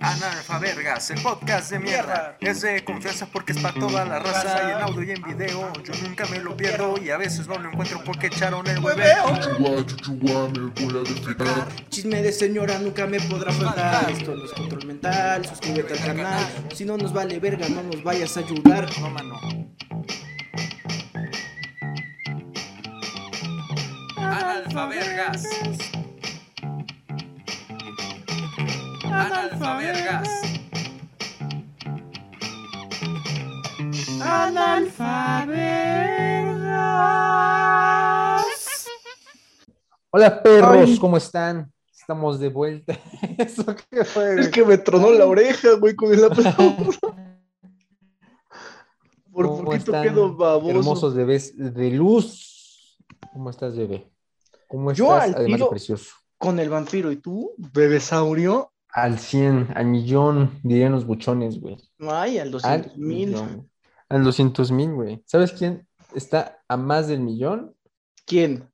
Analfa Vergas, el podcast de mierda. Es de confianza porque es para toda la raza. Y en audio y en video, yo nunca me lo pierdo. Y a veces no lo encuentro porque echaron el hueveo. Chuchuá, chuchuá, me voy a despegar. Chisme de señora nunca me podrá faltar. Esto no es control mental, suscríbete al canal. Si no nos vale verga, no nos vayas a ayudar. No, mano. Analfa Vergas. Analfa Vergas. Hola perros, ¿cómo están? Estamos de vuelta. ¿Eso qué fue? güey? Es que me tronó la oreja, güey, con el aplauso. Por ¿Cómo poquito están, quedo baboso. Hermosos bebés de luz. ¿Cómo estás, bebé? ¿Cómo Yo estás? al Además de tiro- precioso. Con el vampiro y tú, bebesaurio. Al 100, al millón, dirían los buchones, güey. Ay, al Al 200 mil. millón. Al 200 mil, güey. ¿Sabes quién está a más del millón? ¿Quién?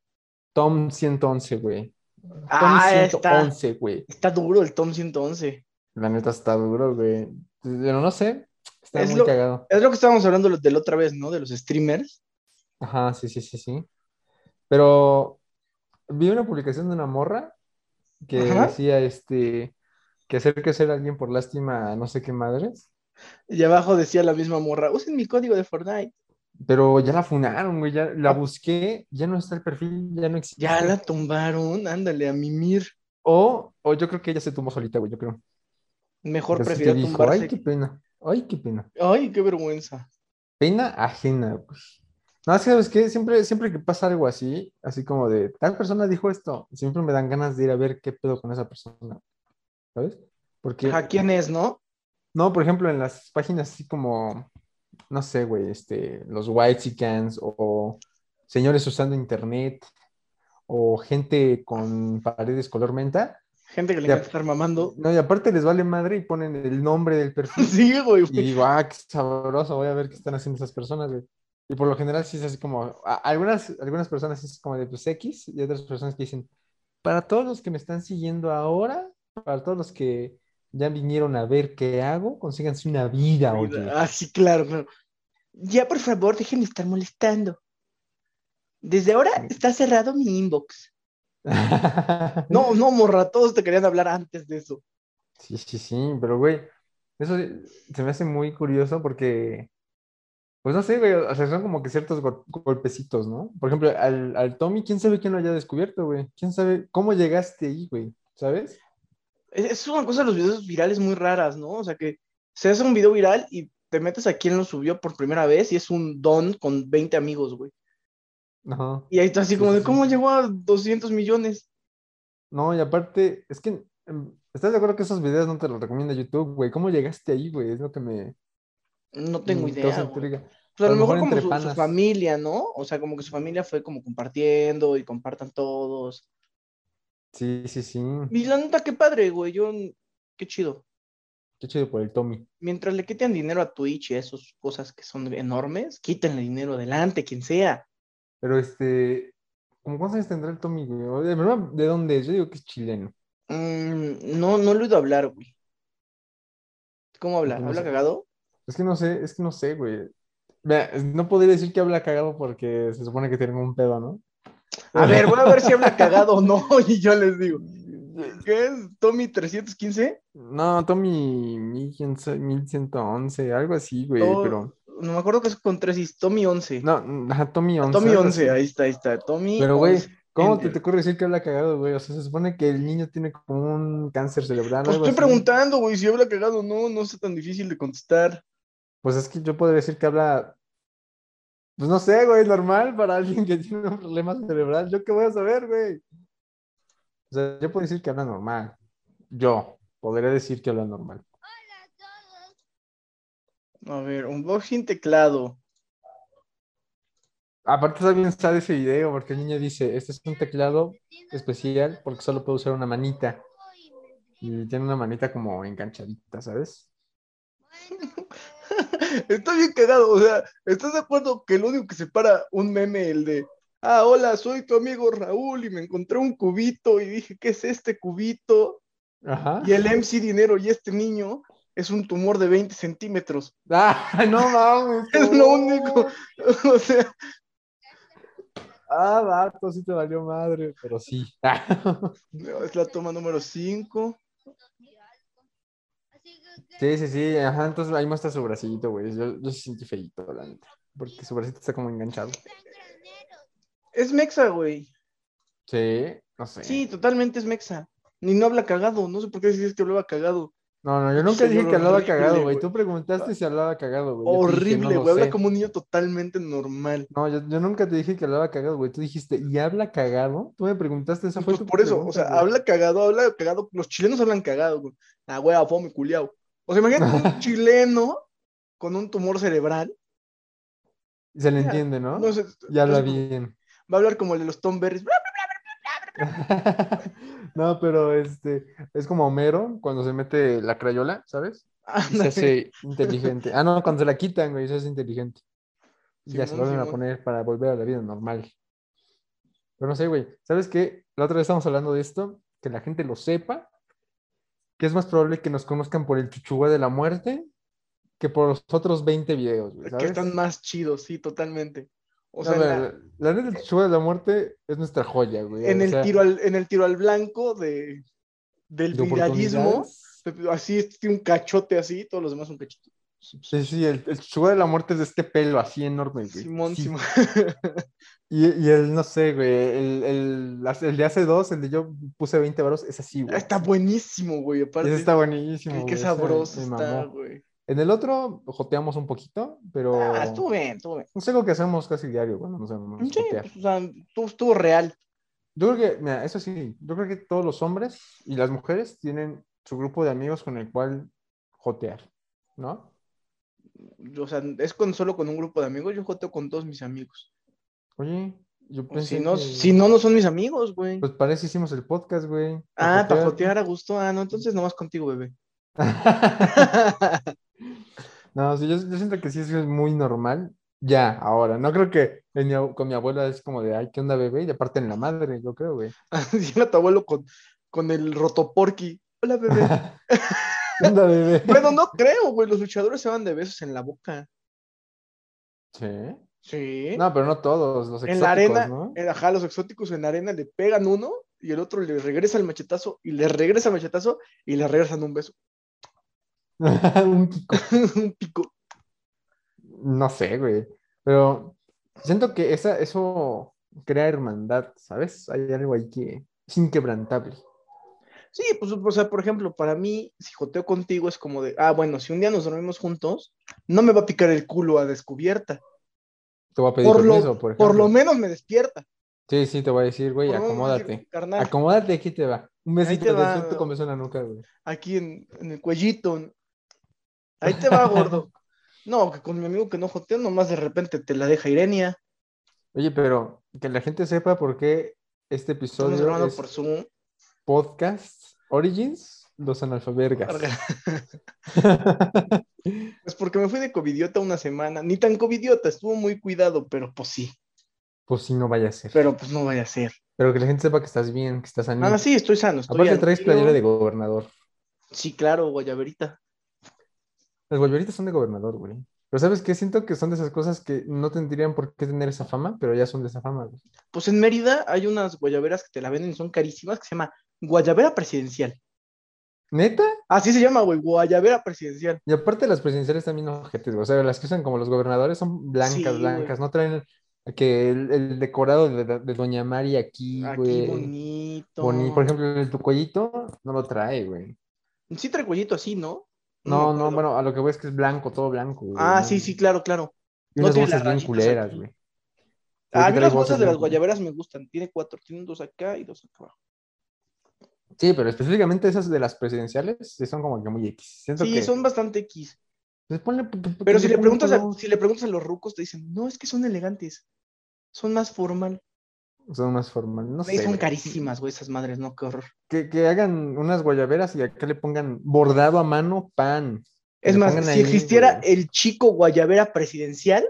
Tom 111, güey. Tom Ah, está. 111, güey. Está duro el Tom 111. La neta está duro, güey. Pero no sé, está Es muy lo- cagado. Es lo que estábamos hablando de la otra vez, ¿no? De los streamers. Ajá, sí, sí, sí, sí. Pero vi una publicación de una morra que Ajá. decía este que hacer crecer a alguien por lástima a no sé qué madres. Y abajo decía la misma morra, usen mi código de Fortnite. Pero ya la funaron, güey. Ya la busqué, ya no está el perfil, ya no existe. Ya la tumbaron, ándale, a mimir. O, o yo creo que ella se tumbó solita, güey, yo creo. Mejor Así Pues que prefiero dijo, tumbarse. ay, qué pena, ay, qué pena. Ay, qué vergüenza. Pena ajena, güey. No, es que, ¿sabes qué? Siempre, siempre que pasa algo así, así como de, tal persona dijo esto, siempre me dan ganas de ir a ver qué pedo con esa persona, ¿sabes? Porque ¿A quién es, no? No, por ejemplo, en las páginas así como, no sé, güey, este, los Whitexicans o señores usando internet o gente con paredes color menta. Gente que le Ya. encanta estar mamando. No, y aparte les vale madre y ponen el nombre del perfil. Sí, güey. Y digo, ah, qué sabroso, voy a ver qué están haciendo esas personas, güey. Y por lo general sí es así como, a- algunas, algunas personas sí es como de pues X y otras personas que dicen, para todos los que me están siguiendo ahora, para todos los que ya vinieron a ver qué hago, consíganse una vida, oye. Ah, sí, claro, claro. Ya, por favor, dejen de estar molestando. Desde ahora está cerrado mi inbox. No, no, morra, todos te querían hablar antes de eso. Sí, sí, sí, pero güey, eso se me hace muy curioso porque, pues no sé, güey, o sea, son como que ciertos gol- golpecitos, ¿no? Por ejemplo, al, al Tommy, ¿quién sabe quién lo haya descubierto, güey? ¿Quién sabe cómo llegaste ahí, güey? ¿Sabes? Es, es una cosa de los videos virales muy raras, ¿no? O sea, que se hace un video viral y te metes a quien lo subió por primera vez y es un don con 20 amigos, güey. No, Y ahí está así Sí, como sí, de, sí. ¿cómo llegó a 200 millones? no, y aparte, es que, em, ¿estás de acuerdo que esos videos no te los recomienda YouTube, güey? ¿Cómo llegaste ahí, güey? Es lo que me, No tengo me idea. Mm, causa güey. intriga. Pues a, lo mejor, entre como su- su, panas. familia, ¿no? O sea, como que su familia fue como compartiendo y compartan todos. Sí, sí, sí, Y la neta, qué padre, güey. Yo, qué chido. qué chido por el Tommy. Mientras le quiten dinero a Twitch y a esas cosas que son enormes, quítenle dinero adelante, quien sea. Pero este, ¿cómo cuántos años tendrá el Tommy, güey? O De verdad, ¿de dónde es? Yo digo que es chileno. Mm, no, no lo he oído hablar, güey. ¿Cómo habla? No ¿Habla sé. cagado? Es que no sé, es que no sé, güey. Vea, no podría decir que habla cagado porque se supone que tiene un pedo, ¿no? A ver, voy a ver si habla cagado o no, y yo les digo. ¿Qué es? ¿Tommy 315? No, Tommy 1100, 1111, algo así, güey, No. pero... No me acuerdo que es con tres y Tommy 11. No, ajá, Tommy 11. Tommy algo 11, así. ahí está, ahí está. Tommy Pero, güey, 11. ¿Cómo Enter. te, te ocurre decir que habla cagado, güey? O sea, se supone que el niño tiene como un cáncer cerebral. Pues algo estoy así. preguntando, güey, si habla cagado o no, no está tan difícil de contestar. Pues es que yo podría decir que habla... Pues no sé, güey, normal para alguien que tiene un problema cerebral. ¿Yo qué voy a saber, güey? O sea, yo puedo decir que habla normal. Yo podría decir que habla normal. A ver, unboxing teclado. Aparte está bien sad ese video porque el niño dice, este es un teclado especial porque solo puede usar una manita. Y tiene una manita como enganchadita, ¿sabes? Está bien cagado, o sea, ¿estás de acuerdo que lo único que separa un meme, el de, ah, hola, soy tu amigo Raúl y me encontré un cubito y dije, ¿qué es este cubito? Ajá. Y el MC Dinero y este niño es un tumor de 20 centímetros. Ah, no mames. Es no. lo único. o sea, Ah, vato, sí te valió madre, pero sí. Ah, no, es la toma número 5. Sí, sí, sí. Ajá, entonces ahí muestra su bracito, güey. Yo, yo sí sentí feíto, la neta. Porque su bracito está como enganchado. Es Mexa, güey. Sí, no sé. Sí, totalmente es Mexa. Ni no habla cagado. No sé por qué decís que hablaba cagado. No, no, yo nunca dije Señor, que hablaba horrible, cagado, güey. güey. Tú preguntaste si hablaba cagado, güey. Yo te dije, Horrible, no lo güey. Habla sé. como un niño totalmente normal. No, yo, yo nunca te dije que hablaba cagado, güey. Tú dijiste, ¿y habla cagado? Tú me preguntaste, esa fue Pues tu por eso, o pregunta, sea, güey. habla cagado, habla cagado. Los chilenos hablan cagado, güey. Ah, güey, a fome, culiao. O sea, imagínate un chileno con un tumor cerebral. Se le entiende, ¿no? No sé, y habla no sé, bien. Va a hablar como el de los Tom Berries. no, pero este, es como Homero cuando se mete la crayola, ¿sabes? Y se Ándale. hace inteligente. Ah, no, cuando se la quitan, güey, se hace inteligente. Y ya se Simón, vuelven a Simón. poner para volver a la vida normal. Pero no sé, güey. ¿Sabes qué? La otra vez estábamos hablando de esto, que la gente lo sepa, que es más probable que nos conozcan por el chuchuá de la muerte que por los otros 20 videos, güey, Que ¿sabes? están más chidos, sí, totalmente. O No, sea, en la- pero la, la neta, el chuchuá de la muerte es nuestra joya, güey. en o el sea, tiro al, en el tiro al blanco de, del de viralismo, oportunidades. así este tiene un cachote así, todos los demás un cachito. Sí, sí, el, el chuchuá de la muerte es de este pelo así enorme, güey. Simón, Sí, Simón. Y, y el, no sé, güey, el, el, el de hace dos, el de yo puse 20 varos, es así, güey. Ah, Está buenísimo, güey. Aparte, Ese está buenísimo. qué, güey, qué ese sabroso me está, mamó. güey. En el otro joteamos un poquito, pero Ah, estuvo bien, estuvo bien. es algo que hacemos casi diario cuando nos vemos Sí, jotear. pues, o sea, estuvo, estuvo real. Yo creo que, mira, eso sí, yo creo que todos los hombres y las mujeres tienen su grupo de amigos con el cual jotear, ¿no? O sea, es con, solo con un grupo de amigos. Yo joteo con todos mis amigos. Oye, yo pensé O Pues si, no, Pues que- si no, no son mis amigos, güey. Pues para eso hicimos el podcast, güey. Ah, para jotear a gusto. Ah, no, entonces nomás contigo, bebé. No, sí, yo, yo siento que sí eso es muy normal. Ya, ahora. No creo que en mi ab- con mi abuela es como de, ay, ¿qué onda, bebé? Y aparte en la madre, yo creo, güey. Llega Ah, tu abuelo con, con el rotoporqui. Hola, bebé. ¿Qué onda, bebé? bueno, no creo, güey. Los luchadores se van de besos en la boca. Sí. Sí. No, pero no todos, los en la arena, exóticos, en- ajá, los exóticos en la arena le pegan uno y el otro le regresa el machetazo y le regresa el machetazo y le regresan un beso. ¿no? Un Kiko. un pico. No sé, güey. Pero siento que esa, eso crea hermandad, ¿sabes? Hay algo ahí que es inquebrantable. Sí, pues, o sea, por ejemplo, para mí, si joteo contigo es como de, ah, bueno, si un día nos dormimos juntos, no me va a picar el culo a descubierta. Te voy a pedir Por lo- permiso, por Por lo ejemplo. menos me despierta. Sí, sí, te voy a decir, güey, Por lo menos me va a decir, acomódate. Carnal, Acomódate, aquí te va. Un Ahí besito te de va, suelto güey. con beso en la nuca, güey. aquí en, en el cuellito. Ahí te va, gordo. No, que con mi amigo que no joteo, nomás de repente te la deja Irenia. Oye, pero que la gente sepa por qué este Estamos episodio grabando es por Zoom. podcast Origins, los analfabergas. Verga. Pues porque me fui de covidiota una semana. Ni tan covidiota, estuvo muy cuidado, pero pues sí. Pues si no vaya a ser. Pero pues no vaya a ser. Pero que la gente sepa que estás bien, que estás sanito. Ah, sí, estoy sano. Estoy Mm. Aparte al traes tiro. playera de gobernador. Sí, claro, guayaberita. Las guayaberitas son de gobernador, güey. Pero ¿sabes qué? Siento que son de esas cosas que no tendrían por qué tener esa fama, pero ya son de esa fama, güey. Pues en Mérida hay unas guayaberas que te la venden y son carísimas que se llama guayabera presidencial. ¿Neta? Así se llama, güey, guayabera presidencial. Y aparte las presidenciales también ojetes, güey. O sea, las que usan como los gobernadores son blancas, Sí, güey. blancas. No traen que el, el decorado de, de Doña Mari aquí, Aquí güey. bonito. Boni- Por ejemplo, el tu cuellito no lo trae, güey. Sí, trae cuellito así, ¿no? No, me no, acuerdo. bueno, mm, a lo que voy es que es blanco, todo blanco, güey. Ah, ¿no? sí, sí, claro, claro. Y no unas tiene bolsas las bien rayitas culeras, aquí. güey. Sí, A que mí trae las bolsas de bien las culeras. guayaberas me gustan. Tiene cuatro, tiene dos acá y dos acá abajo. Sí, pero específicamente esas de las presidenciales sí son como que muy X. Siento Sí, que... son bastante X. Pues ponle p- p- p- Pero si le ponle preguntas a, color. si le preguntas a los rucos, te dicen, no, es que son elegantes. Son más formal. Son más formales, no Güey, sé. son güey. carísimas, güey, esas madres, no, qué horror. Que, que hagan unas guayaberas y acá le pongan bordado a mano pan. Que Es le más, pongan si ahí, existiera güey. el chico guayabera presidencial,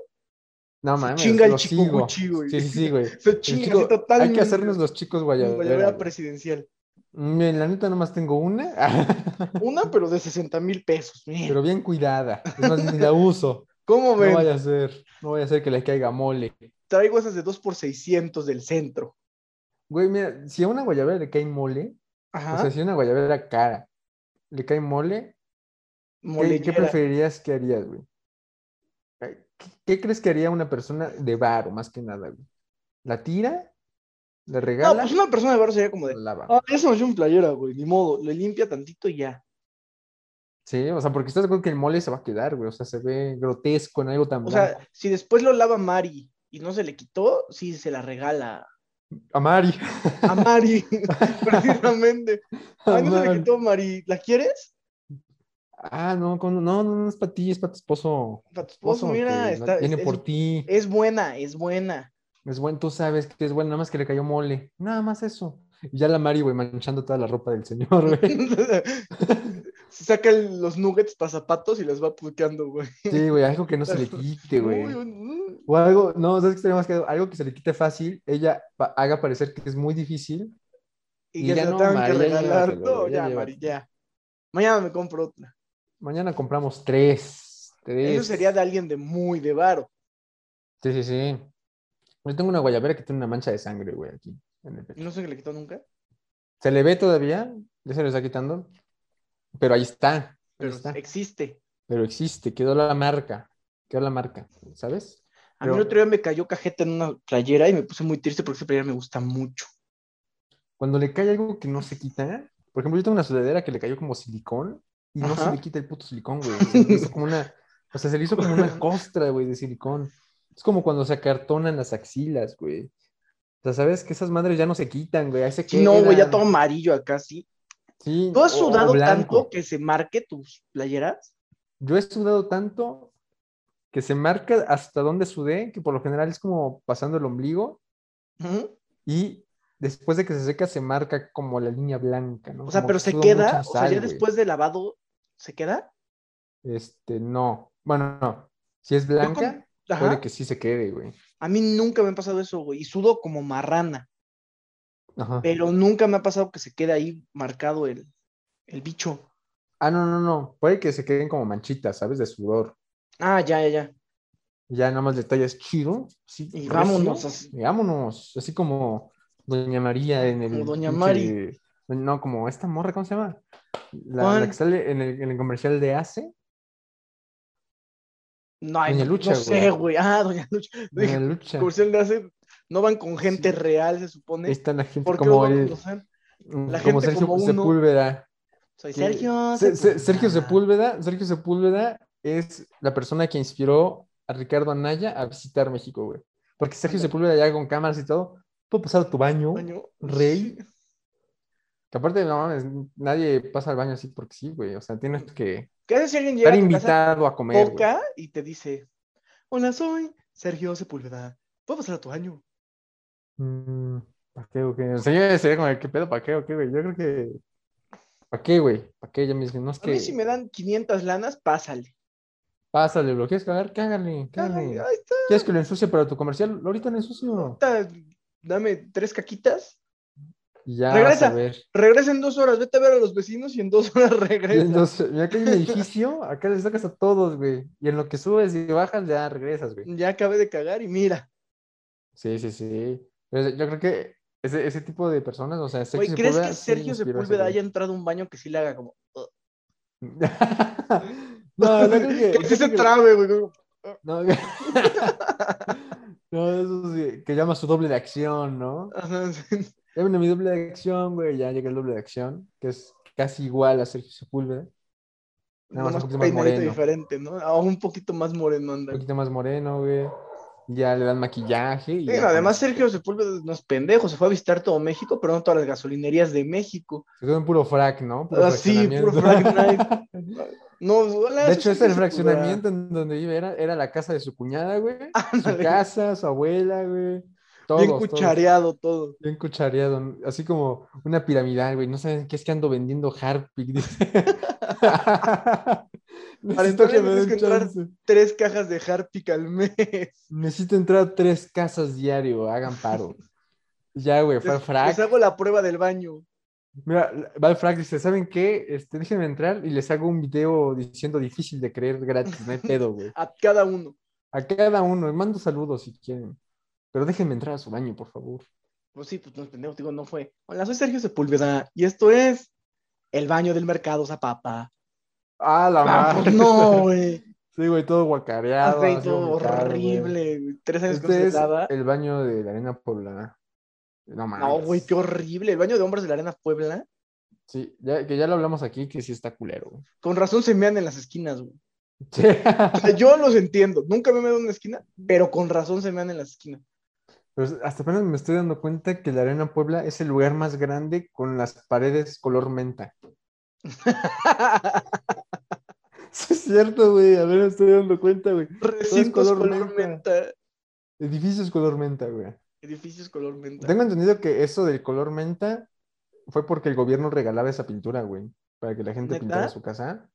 No se mames, chinga el lo chico sigo. Gucci, güey. Sí, sí, sí, güey. El se chinga chico- así totalmente. Hay que hacernos los chicos guayabera guayaberas. güey. presidencial. Mira, La neta nomás tengo una, Una, pero de 60 mil pesos. mira. pero bien cuidada. Es más, ni la uso. ¿Cómo No ven? vaya a ser, no vaya a ser que le caiga mole. Traigo esas de 2 por 600 del centro. Güey, mira, si a una guayabera le cae mole, Ajá. o sea, si a una guayabera cara le cae mole, ¿qué- ¿qué, Moleñera. preferirías que harías, güey? Ay, ¿Qué, qué crees que haría una persona de varo, más que nada, güey? ¿La tira? ¿La No, regala? pues una persona de barro sería como ¿La de. lava? Ah, eso no es un playera, güey. Ni modo. Le limpia tantito y ya. Sí, o sea, porque estás de acuerdo que el mole se va a quedar, güey. O sea, se ve grotesco en algo tan O blanco. sea, si después lo lava Mari y no se le quitó, sí se la regala A Mari. a Mari, precisamente. A Ay, no se le Mari. quitó Mari. ¿La quieres? Ah, no, con- no, no, no es para ti, es para tu esposo. Para tu esposo, Esposo mira, que está, viene es- por ti. es buena, es buena. Es bueno, tú sabes que es bueno, nada más que le cayó mole. Nada más eso. Y ya la Mari, güey, manchando toda la ropa del señor, güey. Se saca el- los nuggets para zapatos y los va puteando, güey. Sí, güey, algo que no se le quite, Uy, güey. uy, uy. O algo, no, ¿sabes qué estaría más que algo que se le quite fácil, ella pa- haga parecer que es muy difícil. Y Y que ya se la no, tengan Mari, que ya regalar. llévatelo, ya No, ya, llévatelo. Mari, ya. Mañana me compro otra. Mañana compramos tres. Tres. Eso sería de alguien de muy de varo. Sí, sí, sí. Yo tengo una guayabera que tiene una mancha de sangre, güey, aquí. en el pecho. No sé qué le quitó nunca. Mm. Se le ve todavía, ya se le está quitando. Pero ahí está. Ahí Pero está. existe. Pero existe, quedó la marca. Quedó la marca, ¿sabes? A mí el Pero- otro día me cayó cajeta en una playera y me puse muy triste porque esa playera me gusta mucho. cuando le cae algo que no se quita, por ejemplo, yo tengo una sudadera que le cayó como silicón y no Ajá. se le quita el puto silicón, güey. Se le hizo como una, o sea, se le hizo como una costra, güey, de silicón. Es como cuando se acartonan las axilas, güey. O sea, sabes que esas madres ya no se quitan, güey. Ahí se Si no, güey, ya quedan. todo amarillo acá, sí. Sí, ¿Tú has o- o sudado blanco. tanto que se marque tus playeras? Yo he sudado tanto que se marca hasta dónde sudé, que por lo general es como pasando el ombligo Ujú. y después de que se seca se marca como la línea blanca, ¿no? O sea, Como pero que se sudo mucha queda. O sea, sal, ya güey. después de lavado, ¿se queda? Este, no. Bueno, no. Si es Yo con- blanca, Ajá. puede que sí se quede, güey. A mí nunca me ha pasado eso, güey. Y sudo como marrana, Ajá. pero nunca me ha pasado que se quede ahí marcado el, el bicho. Ah, no, no, no. Puede que se queden como manchitas, ¿sabes? De sudor. Ah, ya, ya, ya. Ya nada más le tallas chido. Sí, Y recio, vámonos así. y vámonos. Así como Doña María en el. Como Doña pinche- Mari. No, como esta morra, ¿cómo se llama? La, ¿Cuál? la que sale en el, en el comercial de ACE. No, ay, Doña no- Lucha, no sé, güey. güey. Ah, Doña Lucha. Doña Dije, Lucha. comercial de hace. No van con gente Sí. real, se supone. Ahí está la gente ¿Por qué los como, van a el- conocer? como La gente Sergio como uno. Sepúlveda. Soy que- Sergio. Se- Se- Sergio Sepúlveda, Sergio Sepúlveda es la persona que inspiró a Ricardo Anaya a visitar México, güey. Porque Sergio Ándale. Sepúlveda ya con cámaras y todo, puedo pasar a tu baño, Baño. rey. que aparte, no mames, nadie pasa al baño así porque sí, güey. O sea, tienes que ¿Qué haces si alguien llega estar a tu casa invitado a comer, güey. poca y te dice: Hola, soy Sergio Sepúlveda. ¿Puedo pasar a tu año? Mm, ¿Para qué, güey? O sea, yo sería como, ¿qué pedo? ¿Para qué, o qué, güey? Yo creo que... ¿Para qué, güey? ¿Para qué? Ya me dicen, no es A mí, que... si me dan 500 lanas, pásale. Pásale, ¿lo quieres cagar? Cágale, Ay, cágale. ahí está. ¿Quieres que lo ensucie para tu comercial? Ahorita lo ensucio. Ta- dame tres caquitas, Y ya Regresa. vas a ver. regresa en dos horas, vete a ver a los vecinos y en dos horas Y regresa. entonces, mira que hay un edificio, acá le sacas a todos, güey. Y en lo que subes y bajas, ya regresas, güey. Ya acabé de cagar y mira. Sí, sí, sí. Entonces, yo creo que ese, ese tipo de personas, o sea, Sergio Oye, ¿crees Sepúlveda que sí Sergio inspiró a ese Sepúlveda güey. haya entrado a un baño que sí le haga como. "Ugh"? No, no creo que. que yo sí se creo que- trabe, güey. como, No, que- No, eso sí, que llama su doble de acción, ¿no? ajá, sí. Ya viene mi doble de acción, güey. Ya llega el doble de acción, que es casi igual a Sergio Sepúlveda. Nada más un Nomás poquito más peinadito moreno. diferente, ¿no? Ah, un poquito más moreno anda. Un poquito más moreno, güey. Ya le dan maquillaje. Y Sí, no, ya, además, Sergio Sepúlveda no es pendejo, se fue a visitar todo México, pero no todas las gasolinerías de México. Se quedó en puro frac, ¿no? Ah, sí, puro fraccionamiento. Frank Knight. No, hola, De soy hecho, ese Sergio el Sepúlveda. fraccionamiento en donde vive era, era la casa de su cuñada, güey. Su Ándale. casa, su abuela, güey. Todos, Bien todos. cuchareado todo. Bien cuchareado. Así como una piramidal, güey. No saben qué es que ando vendiendo Harpic. dice. Necesito entrar que me tienes den que entrar. chance. Tres cajas de Harpic al mes. Necesito entrar a tres casas diario. Hagan paro. Ya, güey, fue al Les, frac. les hago la prueba del baño. Mira, Valfrac dice, ¿saben qué? Este, déjenme entrar y les hago un video diciendo difícil de creer gratis, no hay pedo, güey. A cada uno. A cada uno, les mando saludos si quieren. Pero déjenme entrar a su baño, por favor. Pues sí, pues no pendejos, digo, no fue. Hola, soy Sergio Sepúlveda y esto es El baño del mercado Zapapa. Ah, la Ah, madre. pues no, güey. Sí, güey, todo guacareado. Aceite así vomitado, güey. horrible, güey. Tres años con Este es celada. el baño de la arena poblana. No mames. No, güey, qué horrible. El baño de hombres de la Arena Puebla. Sí, ya, que ya lo hablamos aquí, que sí está culero, güey. Con razón se mean en las esquinas, güey. Sí. O sea, yo los entiendo. Nunca me he meado en una esquina, pero con razón se mean en las esquinas. Pero Pues, hasta apenas me estoy dando cuenta que la arena Puebla es el lugar más grande con las paredes color menta. Sí, es cierto, güey. A ver, me estoy dando cuenta, güey. Recintos color color, menta. menta. Edificios color menta, güey. Edificios color menta. Tengo entendido que eso del color menta fue porque el gobierno regalaba esa pintura, güey, para que la gente ¿Neta? pintara su casa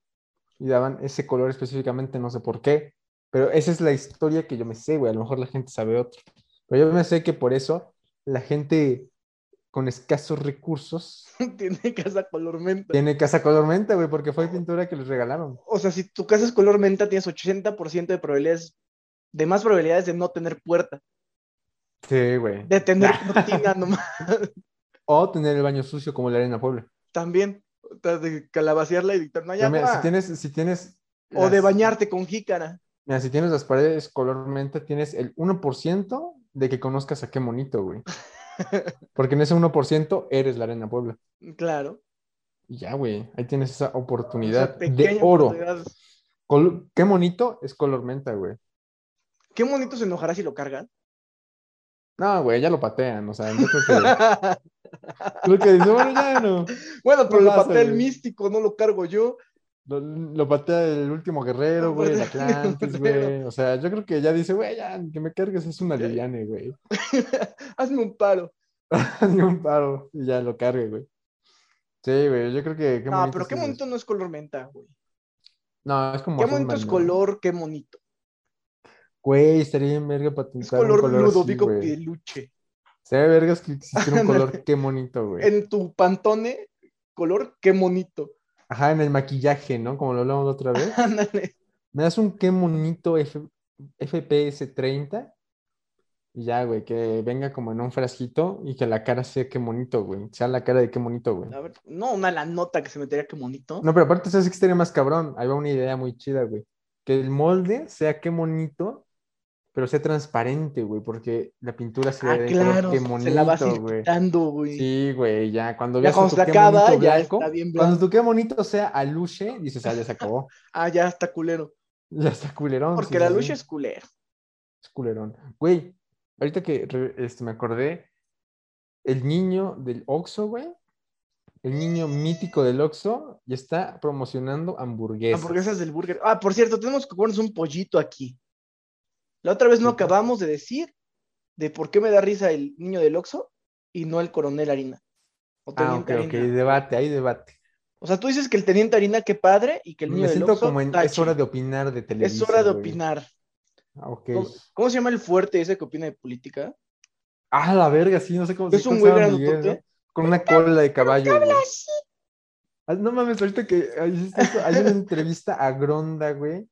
y daban ese color específicamente, no sé por qué, pero esa es la historia que yo me sé, güey, a lo mejor la gente sabe otra, pero yo me sé que por eso la gente con escasos recursos Tiene casa color menta. tiene casa color menta, güey, porque fue pintura que les regalaron. O sea, si tu casa es color menta, tienes 80% de probabilidades, de más probabilidades de no tener puerta, Sí, güey. de tener cortina nomás O tener el baño sucio como la arena Puebla. también. O sea, de calabacearla y dictar, no hay Pero mira, agua. si tienes, si tienes O de las- bañarte con jícara. Mira, si tienes las paredes color menta, tienes el 1% de que conozcas a qué monito, güey. Porque en ese 1% eres la Arena Puebla. Claro. Y ya, güey, ahí tienes esa O oportunidad sea, de pequeñas oro. probabilidades. Col- qué monito es color menta, güey. Qué bonito se enojará si lo cargan. No, güey, ya lo patean, o sea, yo creo que, creo que dice, bueno, ya no. bueno, pero lo Golazo, patea el güey. místico, no lo cargo yo. Lo, lo patea el último guerrero, Lo güey, el patea el último Atlantis, güey. guerrero. O sea, yo creo que ya dice, güey, ya, que me cargues es una liviane, güey. Hazme un paro. Hazme un paro y ya lo cargue, güey. Sí, güey, yo creo que. qué No, monito pero es qué ese. bonito no es color menta, güey. No, es como. Qué azul bonito es marino. color, qué bonito. Güey, estaría bien verga Es patentar color, un color Ludovico así, güey. Pieluche. Estaría vergas que existiera un Ándale. color qué bonito, güey. En tu pantone, color, qué bonito. Ajá, en el maquillaje, ¿no? Como lo hablamos la otra vez. Ándale. Me das un qué bonito F- FPS 30 y ya, güey, que venga como en un frasquito y que la cara sea qué bonito, güey. Sea la cara de qué bonito, güey. A ver, no, una la nota que se metería, qué bonito. No, pero aparte, ¿sabes que estaría más cabrón? Ahí va una idea muy chida, güey. Que el molde sea qué bonito, pero sea transparente, güey, porque la pintura se ah, ve de claro. color qué se la vas a ir bonito, güey. quitando, güey. Sí, güey, ya cuando Ya veas a cuando tu se qué acaba, monito ya está blanco, bien cuando blanco. tu qué bonito sea aluche, dices, ah, ya se acabó, Ah, ya está culero. ya está culerón. Porque sí, la sí, lucha sí, es culero. es culerón. Güey, ahorita que re- este, me acordé, el niño del Oxxo, güey, el niño mítico del Oxxo, y está promocionando hamburguesas. Hamburguesas del burger. Ah, por cierto, tenemos que comernos un pollito aquí. La otra vez no Sí. acabamos de decir de por qué me da risa el niño del Oxxo y no el coronel Harina. O Ah, ok, teniente ok, Harina. debate, hay debate. O sea, tú dices que el teniente Harina, qué padre, y que el niño Me del siento Oxxo, como en, es tache. hora de opinar de televisión. Es hora de opinar. Ok. ¿Cómo, cómo se llama el fuerte ese que opina de política? Ah, la verga, sí, no sé cómo Es se un cómo güey se llama Miguel, grandotote. ¿no? Con una cola de caballo. güey. Ah, No mames, ahorita que ah, hiciste eso, hay una entrevista a Gronda, güey.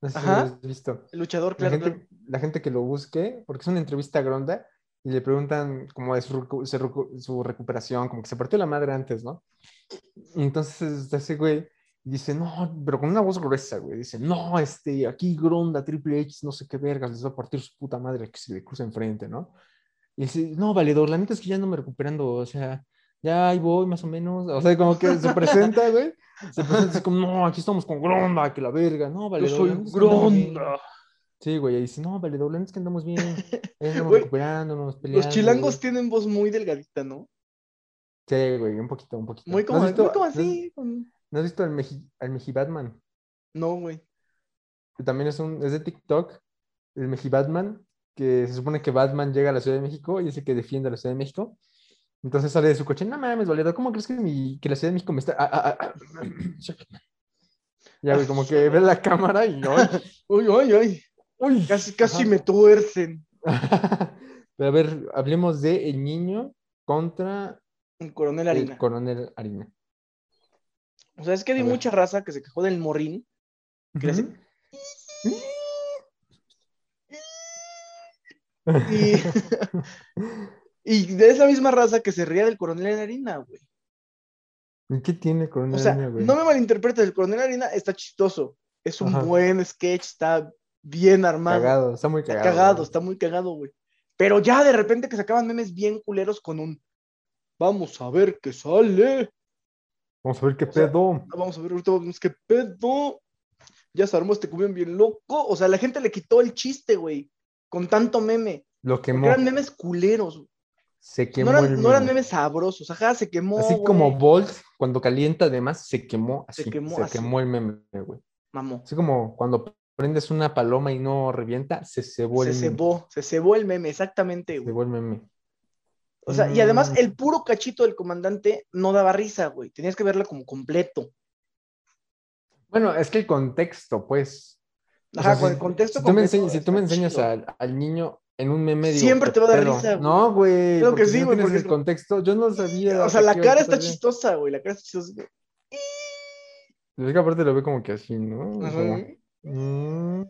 No sé si lo Ajá. has visto. El luchador, La claro. gente, claro. la gente que lo busque, porque es una entrevista a Gronda y le preguntan como de su, recu- se recu- su recuperación, como que se partió la madre antes, ¿no? Y entonces este, ese güey dice, no, pero con una voz gruesa, güey. Dice, no, este, aquí Gronda, Triple H, no sé qué vergas, les va a partir su puta madre que se le cruza enfrente, ¿no? Y dice, no, valedor, la neta es que ya no me recuperando, o sea, ya ahí voy más o menos. O sea, como que se presenta, güey. Se presenta así como, no, aquí estamos con Gronda, que la verga, no, Yo valedor. soy la neta es que andamos bien". Gronda. Sí, güey, y dice, no, valedor, la neta es que andamos bien, ahí andamos Güey, recuperándonos, peleando. Los chilangos güey". tienen voz muy delgadita, ¿no? Sí, güey, un poquito, un poquito. Muy ¿No como, has visto- muy como no has- así. con- ¿No has visto al Meji, al Meji Batman? No, güey. que también es, un, es de TikTok, el Meji Batman, que se supone que Batman llega a la Ciudad de México y es el que defiende a la Ciudad de México. Entonces sale de su coche, no mames, Valedor, ¿cómo crees que, mi, que la Ciudad de México me está...? ah, ah, ah, ah, Ya, güey, como que ve la cámara y... ¡ay! Uy, uy, uy. ¡Uy! Casi, casi Ajá. me tuercen. Pero a ver, hablemos de el niño contra El coronel El Harina. coronel Harina. O sea, es que vi A ver. mucha raza que se quejó del morrín. ¿Qué le hace? Ujú. Y, y de esa misma raza que se ría del coronel Harina, güey. ¿Y ¿Qué tiene el coronel O sea, Harina, güey? no me malinterpretes, el coronel Harina está chistoso. Es un Ajá. buen sketch, está bien armado. Cagado, está muy está cagado. cagado, güey. está muy cagado, güey. Pero ya de repente que sacaban memes bien culeros con un. Vamos a ver qué sale. Vamos a ver qué sea, pedo. Vamos a ver ahorita vamos, qué pedo. Ya se armó este cubión bien loco. O sea, la gente le quitó el chiste, güey. Con tanto meme. Lo Porque quemó. eran memes culeros. güey. Se quemó. No eran, el no eran meme. memes sabrosos. Ajá, se quemó. Así güey. como Bolt, cuando calienta además, se quemó Se así. quemó se así. quemó el meme, güey. Mamó. Así como cuando prendes una paloma y no revienta, se cebó Se el meme. cebó. Se cebó el meme, exactamente, Se güey. cebó el meme. O sea, y además Mm. el puro cachito del comandante no daba risa, güey. Tenías que verla como completo. Bueno, es que el contexto, pues. O Ajá, sea, con si- el contexto Si tú me, completo enseñas- si tú me está enseñas chido. al, al niño en un meme, digo, Siempre ¿qué te va a dar pedo? risa, güey. No, güey. Claro que porque si sí, no güey, tienes porque el es como- contexto. Yo no sabía. O sea, la qué cara iba a está pasar. chistosa, güey. La cara está chistosa. güey. Es que aparte lo ve como que así, ¿no? Ajá. Como, mm.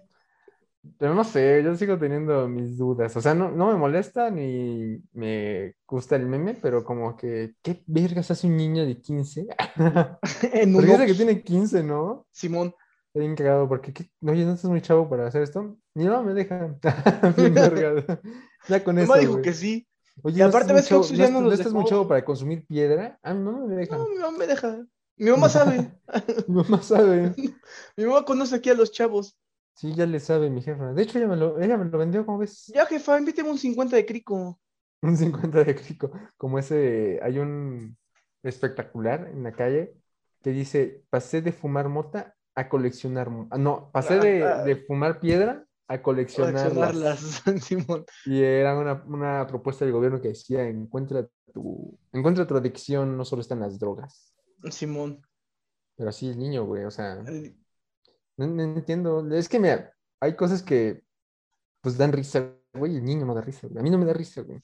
Pero no sé, yo sigo teniendo mis dudas. O sea, no, no me molesta ni me gusta el meme, pero como que, ¿qué vergas hace un niño de 15? en un Porque dice que Ops, tiene 15, ¿no? Simón. Está bien cagado, porque, ¿qué? oye, no estás muy chavo para hacer esto. Ni no, me deja. Bien vergado. Ya con Mi eso. Mamá dijo güey. que sí. Oye, y no estás aparte muy ves que chavo- Oxxo no ya est- no no los estás muy dejó. chavo para consumir piedra. Ah, mi mamá me deja. No, mi mamá me deja. Mi mamá sabe. Mi mamá sabe. Mi mamá conoce aquí a los chavos. Sí, ya le sabe mi jefa. De hecho, ella me lo, ella me lo vendió, ¿cómo ves? Ya, jefa, invíteme un 50 de crico. Un 50 de crico. Como ese, hay un espectacular en la calle que dice, pasé de fumar mota a coleccionar, mo- ah, no, pasé de, Ah, ah. de fumar piedra a coleccionarlas. Accionarlas, Simón. Y era una, una propuesta del gobierno que decía, encuentra tu, encuentra tu adicción, no solo está en las drogas. Simón. Pero así el niño, güey, o sea, no, no entiendo. Es que mira, hay cosas que pues dan risa, güey, y el niño no da risa, güey. A mí no me da risa, güey.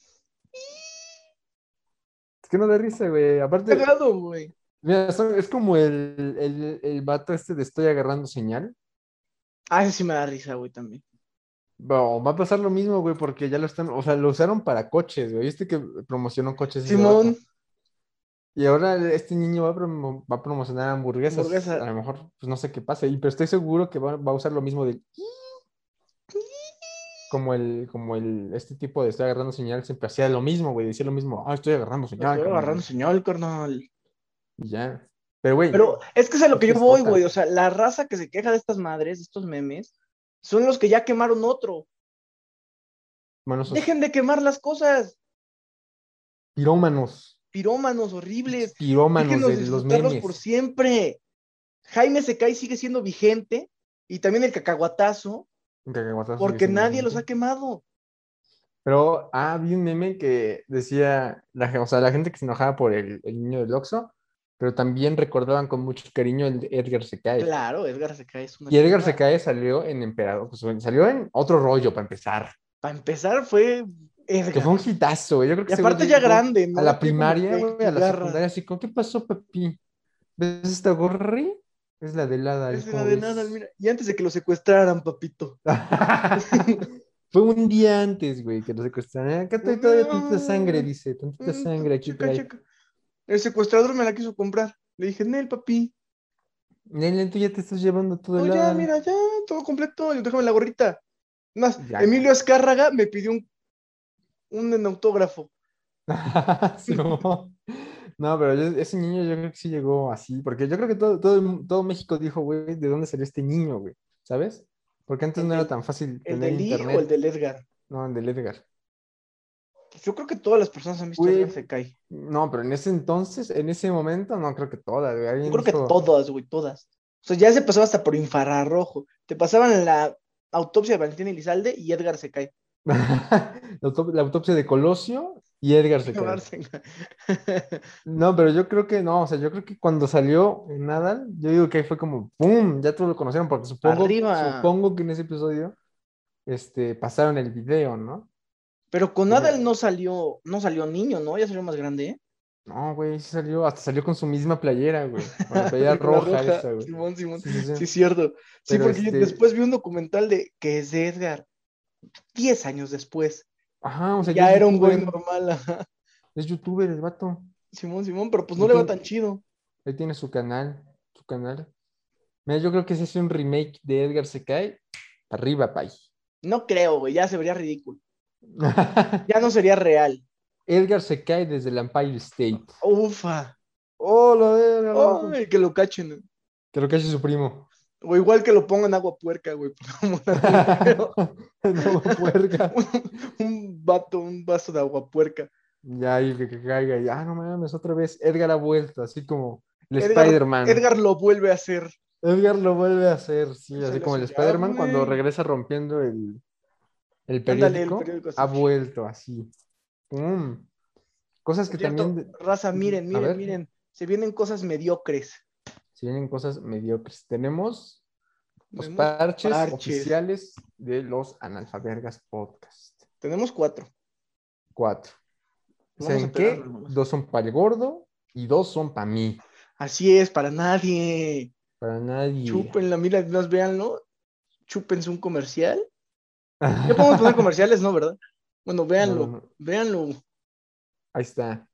Es que no da risa, güey. Aparte, Cagado, güey. Mira, son- es como el, el, el vato este de estoy agarrando señal. Ah, ese sí me da risa, güey, también. Va, o va a pasar lo mismo, güey, porque ya lo están, o sea, lo usaron para coches, güey. Viste que promocionó coches. ese Simón. vato? Y ahora este niño va a, promo- va a promocionar hamburguesas. Hamburguesa. A lo mejor, pues no sé qué pase, y, pero estoy seguro que va, va a usar lo mismo del... Como el, como el, este tipo de estoy agarrando señal siempre hacía lo mismo, güey. Decía lo mismo, ah, estoy agarrando señal. Estoy carnal". agarrando señal, carnal. Y ya. Pero, güey, Pero es que es a lo que Es yo que es voy, otra. güey. O sea, la raza que se queja de estas madres, de estos memes, son los que ya quemaron otro. bueno, esos Dejen de quemar las cosas. pirómanos. Pirómanos horribles. Pirómanos Déjenos de los disfrutarlos memes. por siempre. Jaime se cae sigue siendo vigente. Y también el cacahuatazo, Un cacahuatazo Ah, sigue porque siendo nadie los ha vigente. quemado. Pero ah, vi un meme que decía, la, gen- o sea, la gente que se enojaba por el, el niño del Oxxo, pero también recordaban con mucho cariño el de Edgar se cae. Claro, Edgar se cae es una. Y Edgar se chulada. cae salió en Emperador, pues, bueno, salió en otro rollo para empezar, Para empezar, fue que Edgar. fue un hitazo, güey. yo creo Y que seguro aparte, ya llegó grande, ¿no? A Qué la primaria, como que güey, a la garra. secundaria, así como, ¿qué pasó, papi? ¿Ves esta gorri? Es la de Lada. Es ¿cómo la de ves?". nada, mira. Y antes de que lo secuestraran, papito. Fue un día antes, güey, que lo secuestraron. Acá trae todavía tantita sangre, No. dice, tantita Mm, sangre aquí checa, trae. checa. El secuestrador me la quiso comprar. Le dije, Nel, papi. Nene, tú ya te estás llevando todo No, el ya, lado. mira, ya, todo completo. Yo déjame la gorrita. Más, Ya. Emilio Azcárraga me pidió un, un autógrafo. Sí, no. No, pero yo- ese niño yo creo que sí llegó así, porque yo creo que todo, todo, el- todo México dijo, güey, ¿de dónde salió este niño, güey? ¿Sabes? Porque antes El no era del- tan fácil ¿El tener del I internet. o el del Edgar? No, el del Edgar. Pues yo creo que todas las personas han visto Güey. Edgar se cae. No, pero en ese entonces, en ese momento, no creo que todas, güey. Yo Alguien creo que dijo, todas, güey, todas. O sea, ya se pasaba hasta por infrarrojo. Te pasaban la autopsia de Valentín Elizalde y Edgar se cae. la, auto- la autopsia de Colosio y Edgar se quedó. No, pero yo creo que no, o sea, yo creo que cuando salió en Nadal, yo digo que ahí fue como ¡pum! Ya todos lo conocieron, porque supongo, Arriba. supongo que en ese episodio este, pasaron el video, ¿no? Pero con Adal no salió, no salió niño, ¿no? Ya salió más grande, ¿eh? No, güey, sí salió, hasta salió con su misma playera, güey. Con la playera Con la roja, esa, güey. Simón, Simón. Sí, sí, sí. Sí, es cierto. Sí, Pero, porque yo este, después vi un documental de que es de Edgar. Diez años después. Ajá, o sea, Ya es era un güey youtuber, normal. ajá. Es youtuber el vato. Simón, Simón, pero pues No no le va tiene- tan chido. Él tiene su canal, su canal. Mira, yo creo que si hace un remake de Edgar se cae, arriba, pay. No creo, güey. Ya se vería ridículo. Ya no sería real. Edgar se cae desde el Empire State. Ufa. ¡Oh, la verga! loco! Ay, que lo cachen. Que lo cache su primo. O igual que lo pongan agua puerca, güey. por amor a no, puerca. Dios. un vato, un vaso de agua puerca. Ya, y que, que caiga. Y, ah, no mames, otra vez. Edgar ha vuelto, así como el Edgar- Spider-Man. Edgar... Edgar lo vuelve a hacer. lo vuelve a hacer, sí, Se así lo como el hace ya, Spider-Man cuando güey. regresa rompiendo el, el Ándale, el periódico. periódico, sí. Ha vuelto, así. Mm. Cosas que Por cierto, también de- Raza, miren, A miren, ver. miren. Se vienen cosas mediocres. se vienen cosas mediocres. Tenemos los Tenemos parches, parches. oficiales de los Analfabergas Podcast. Tenemos cuatro. Cuatro. Pues Vamos a ¿Saben qué? pegarlo nomás. Dos son para el gordo y dos son para mí. Así es, para nadie. Para nadie. Chúpenla, mira, más véanlo. Chúpense un comercial. Ya podemos poner comerciales, ¿no? ¿Verdad? Bueno, véanlo, No, no. véanlo. Ahí está.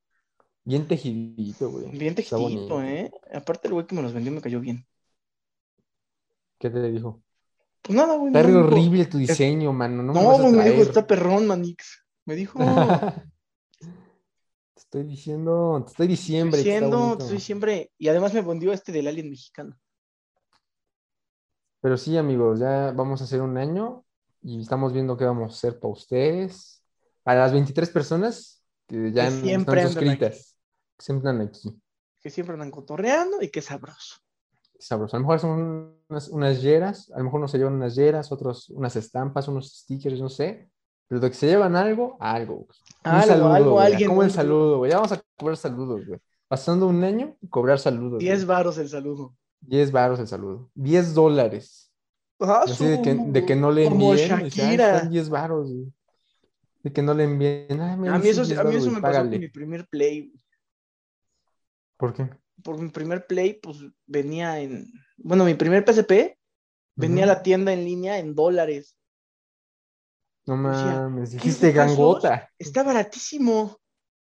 Bien tejidito, güey. Bien Está textito, bonito. ¿eh? Aparte, el güey que me los vendió me cayó bien. ¿Qué te dijo? Pues nada, güey. Está no re me dijo- horrible tu diseño, mano. No, No, me lo vas a güey, me dijo, traer. está perrón, Manix. Me dijo, Te estoy diciendo, te estoy diciembre. que está siendo, bonito. soy siempre. Y además me vendió este del alien mexicano. Pero sí, amigos, ya vamos a hacer un año y estamos viendo qué vamos a hacer para ustedes. Para las 23 personas que ya Que están siempre andan suscritas. Que siempre andan aquí. Que siempre andan cotorreando y que sabroso. sabroso. A lo mejor son unas, unas yeras, a lo mejor no se llevan unas yeras, otros unas estampas, unos stickers, no sé. Pero de que se llevan algo, algo. güey. Un Algo, algo, güey, alguien, Como el un- saludo, güey. Ya vamos a cobrar saludos, güey. Pasando un año, cobrar saludos. 10 10 varos el saludo. baros el saludo. 10 dólares. Ah, Así de que, su- de que no le Como envíen. dice, "Ay, Shakira. están 10 baros, güey. De que no le envíen. "Ay, mira, A mí sí, eso, 10 a mí varos, eso güey, me pasó con págale". mi primer play. ¿Por qué? Por mi primer play, pues venía en. Bueno, mi primer PSP venía a Ujú. la tienda en línea en dólares. No decía, mames, 15 dijiste pesos, gangota. Está baratísimo.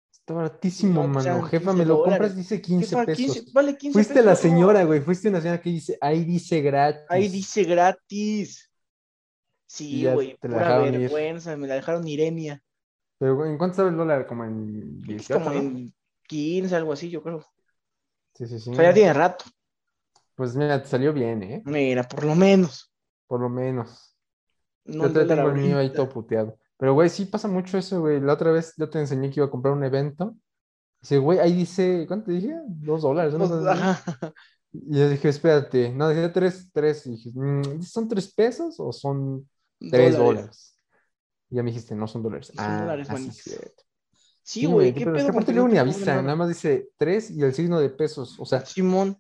Está baratísimo, No, pues mano. eran Jefa, 15 me lo dólares. compras, dice ¿Qué 15 para pesos. 15? Vale 15 Fuiste la pesos, ¿no? señora, güey. Fuiste una señora que dice, ahí dice gratis. Ahí dice Y gratis. Sí, ya güey, te la pura dejaron ir. vergüenza, me la dejaron Irenia. Pero, güey, ¿en cuánto estaba el dólar? Como en Es 18, como ¿no? en 15, algo así, yo creo. Sí, sí, sí. O sea, ya tiene rato. Pues mira, te salió bien, ¿eh? Mira, por lo menos. Por lo menos. No yo el te dólar tengo el mío ahí ahorita. todo puteado. Pero, güey, sí pasa mucho eso, güey. La otra vez yo te enseñé que iba a comprar un evento. Dice, güey, ahí dice, ¿cuánto te dije? Dos dólares. ¿no? Pues, ajá. Y yo dije, espérate. No, decía tres, tres. Y dije, mm, ¿son tres pesos o son tres Dólares. dólares? Y ya me dijiste, no son dólares. Son ah, dólares, así manix. es cierto. Sí, güey, qué qué pedo, pedo. es que con aparte que luego no ni te avisa, cobren nada nada? más dice 3 y el signo de pesos. O sea, Simón,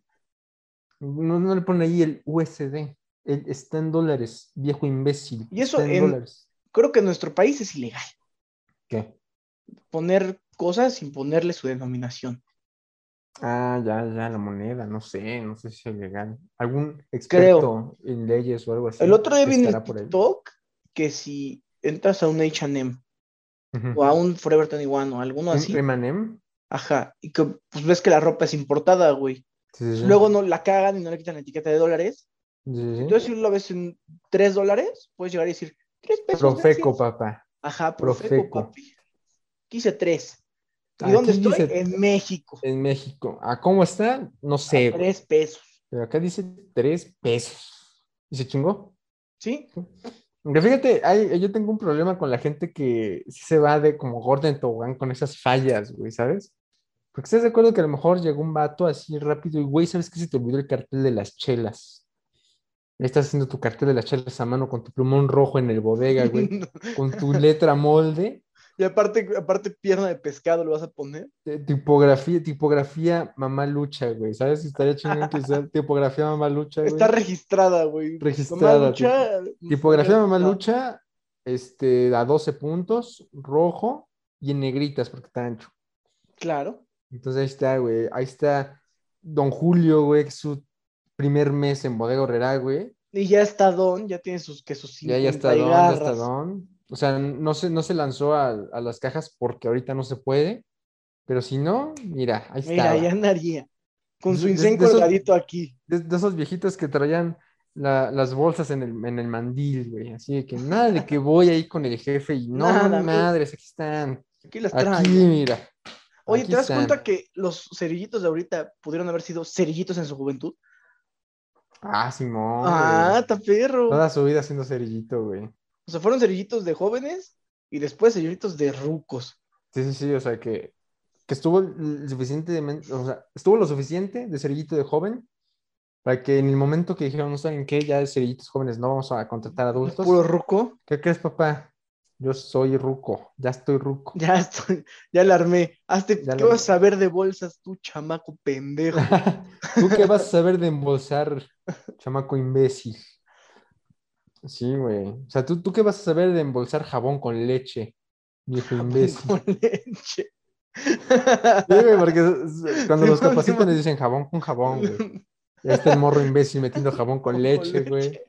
no, no le pone ahí el USD. El- está en dólares, viejo imbécil. Y eso está en- dólares. creo que en nuestro país es ilegal ¿Qué? poner cosas sin ponerle su denominación. Ah, ya, ya, la moneda, no sé, no sé si es legal. Algún experto en leyes o algo así. El otro día vi en el estará por ahí. TikTok que si entras a un H&M Ujú. o a un Forever 21 o alguno ¿Un así, Remanem? ajá, y que pues ves que la ropa es importada, güey. Sí, sí, sí. Luego no la cagan y no le quitan la etiqueta de dólares. Sí, sí, sí. Entonces si lo ves en tres dólares, puedes llegar y decir tres pesos. Profeco, gracias". papá. Ajá, Profeco, Profeco. papi. Quise tres. ¿Y Aquí dónde estoy? dice- En México. En México. ¿A cómo está? No sé, güey. Tres pesos. Pero acá dice 3 pesos. ¿Y se chingó? ¿Sí? Aunque fíjate, hay- yo tengo un problema con la gente que sí se va de como gorda en tobogán con esas fallas, güey, ¿sabes? Porque estás de acuerdo que a lo mejor llegó un vato así rápido y, güey, ¿sabes qué? Se te olvidó el cartel de las chelas. Ahí Estás haciendo tu cartel de las chelas a mano con tu plumón rojo en el bodega, güey, con tu letra molde, y aparte, aparte pierna de pescado lo vas a poner. eh, tipografía, tipografía mamá lucha, güey, ¿sabes? Estaría chingón que sea tipografía mamá lucha, güey. Está registrada, güey. Registrada, Mamá Lucha, eh, Tipografía Mamá no. Lucha, este, a 12 puntos, rojo y en negritas porque está ancho. Claro. Entonces ahí está, güey. Ahí está Don Julio, güey, que es su primer mes en Bodega Herrera, güey. Y ya está Don, ya tiene sus que sus Ya, ya está 50 y Don, ya está garras. Don. O sea, no se, no se lanzó a, a las cajas porque ahorita no se puede. Pero si no, mira, ahí está. Mira, ya andaría. Con su De- de- incendio de esos- colgadito aquí. de, de esos viejitos que traían la- las bolsas en el, en el mandil, güey. Así de que nada de que voy ahí con el jefe y no, Nada, güey. madres, aquí están. Aquí las Aquí, traen. mira. Oye, aquí ¿te das están. cuenta que los cerillitos de ahorita pudieron haber sido cerillitos en su juventud? Ah, Simón. ah, güey. está perro. Toda su vida siendo cerillito, güey. O sea, fueron cerillitos de jóvenes y después cerillitos de rucos. Sí, sí, sí, o sea que, que estuvo l- suficientemente, o sea, estuvo lo suficiente de cerillito de joven para que en el momento que dijeron, no saben qué, ya de cerillitos jóvenes no vamos a contratar adultos. Puro ruco. ¿Qué crees, papá? Yo soy ruco, ya estoy ruco. Ya estoy, ya la armé. Hazte, Ya ¿qué la vas a saber de bolsas tú, chamaco pendejo? ¿Tú qué vas a saber de embolsar, chamaco imbécil? Sí, güey. O sea, ¿tú, ¿tú qué vas a saber de embolsar jabón con leche, viejo imbécil? Con leche. Sí, güey, porque s- s- cuando Sí, los güey, sí, capacitan güey. les dicen jabón con jabón, güey. Ya está el morro imbécil metiendo jabón con leche, güey.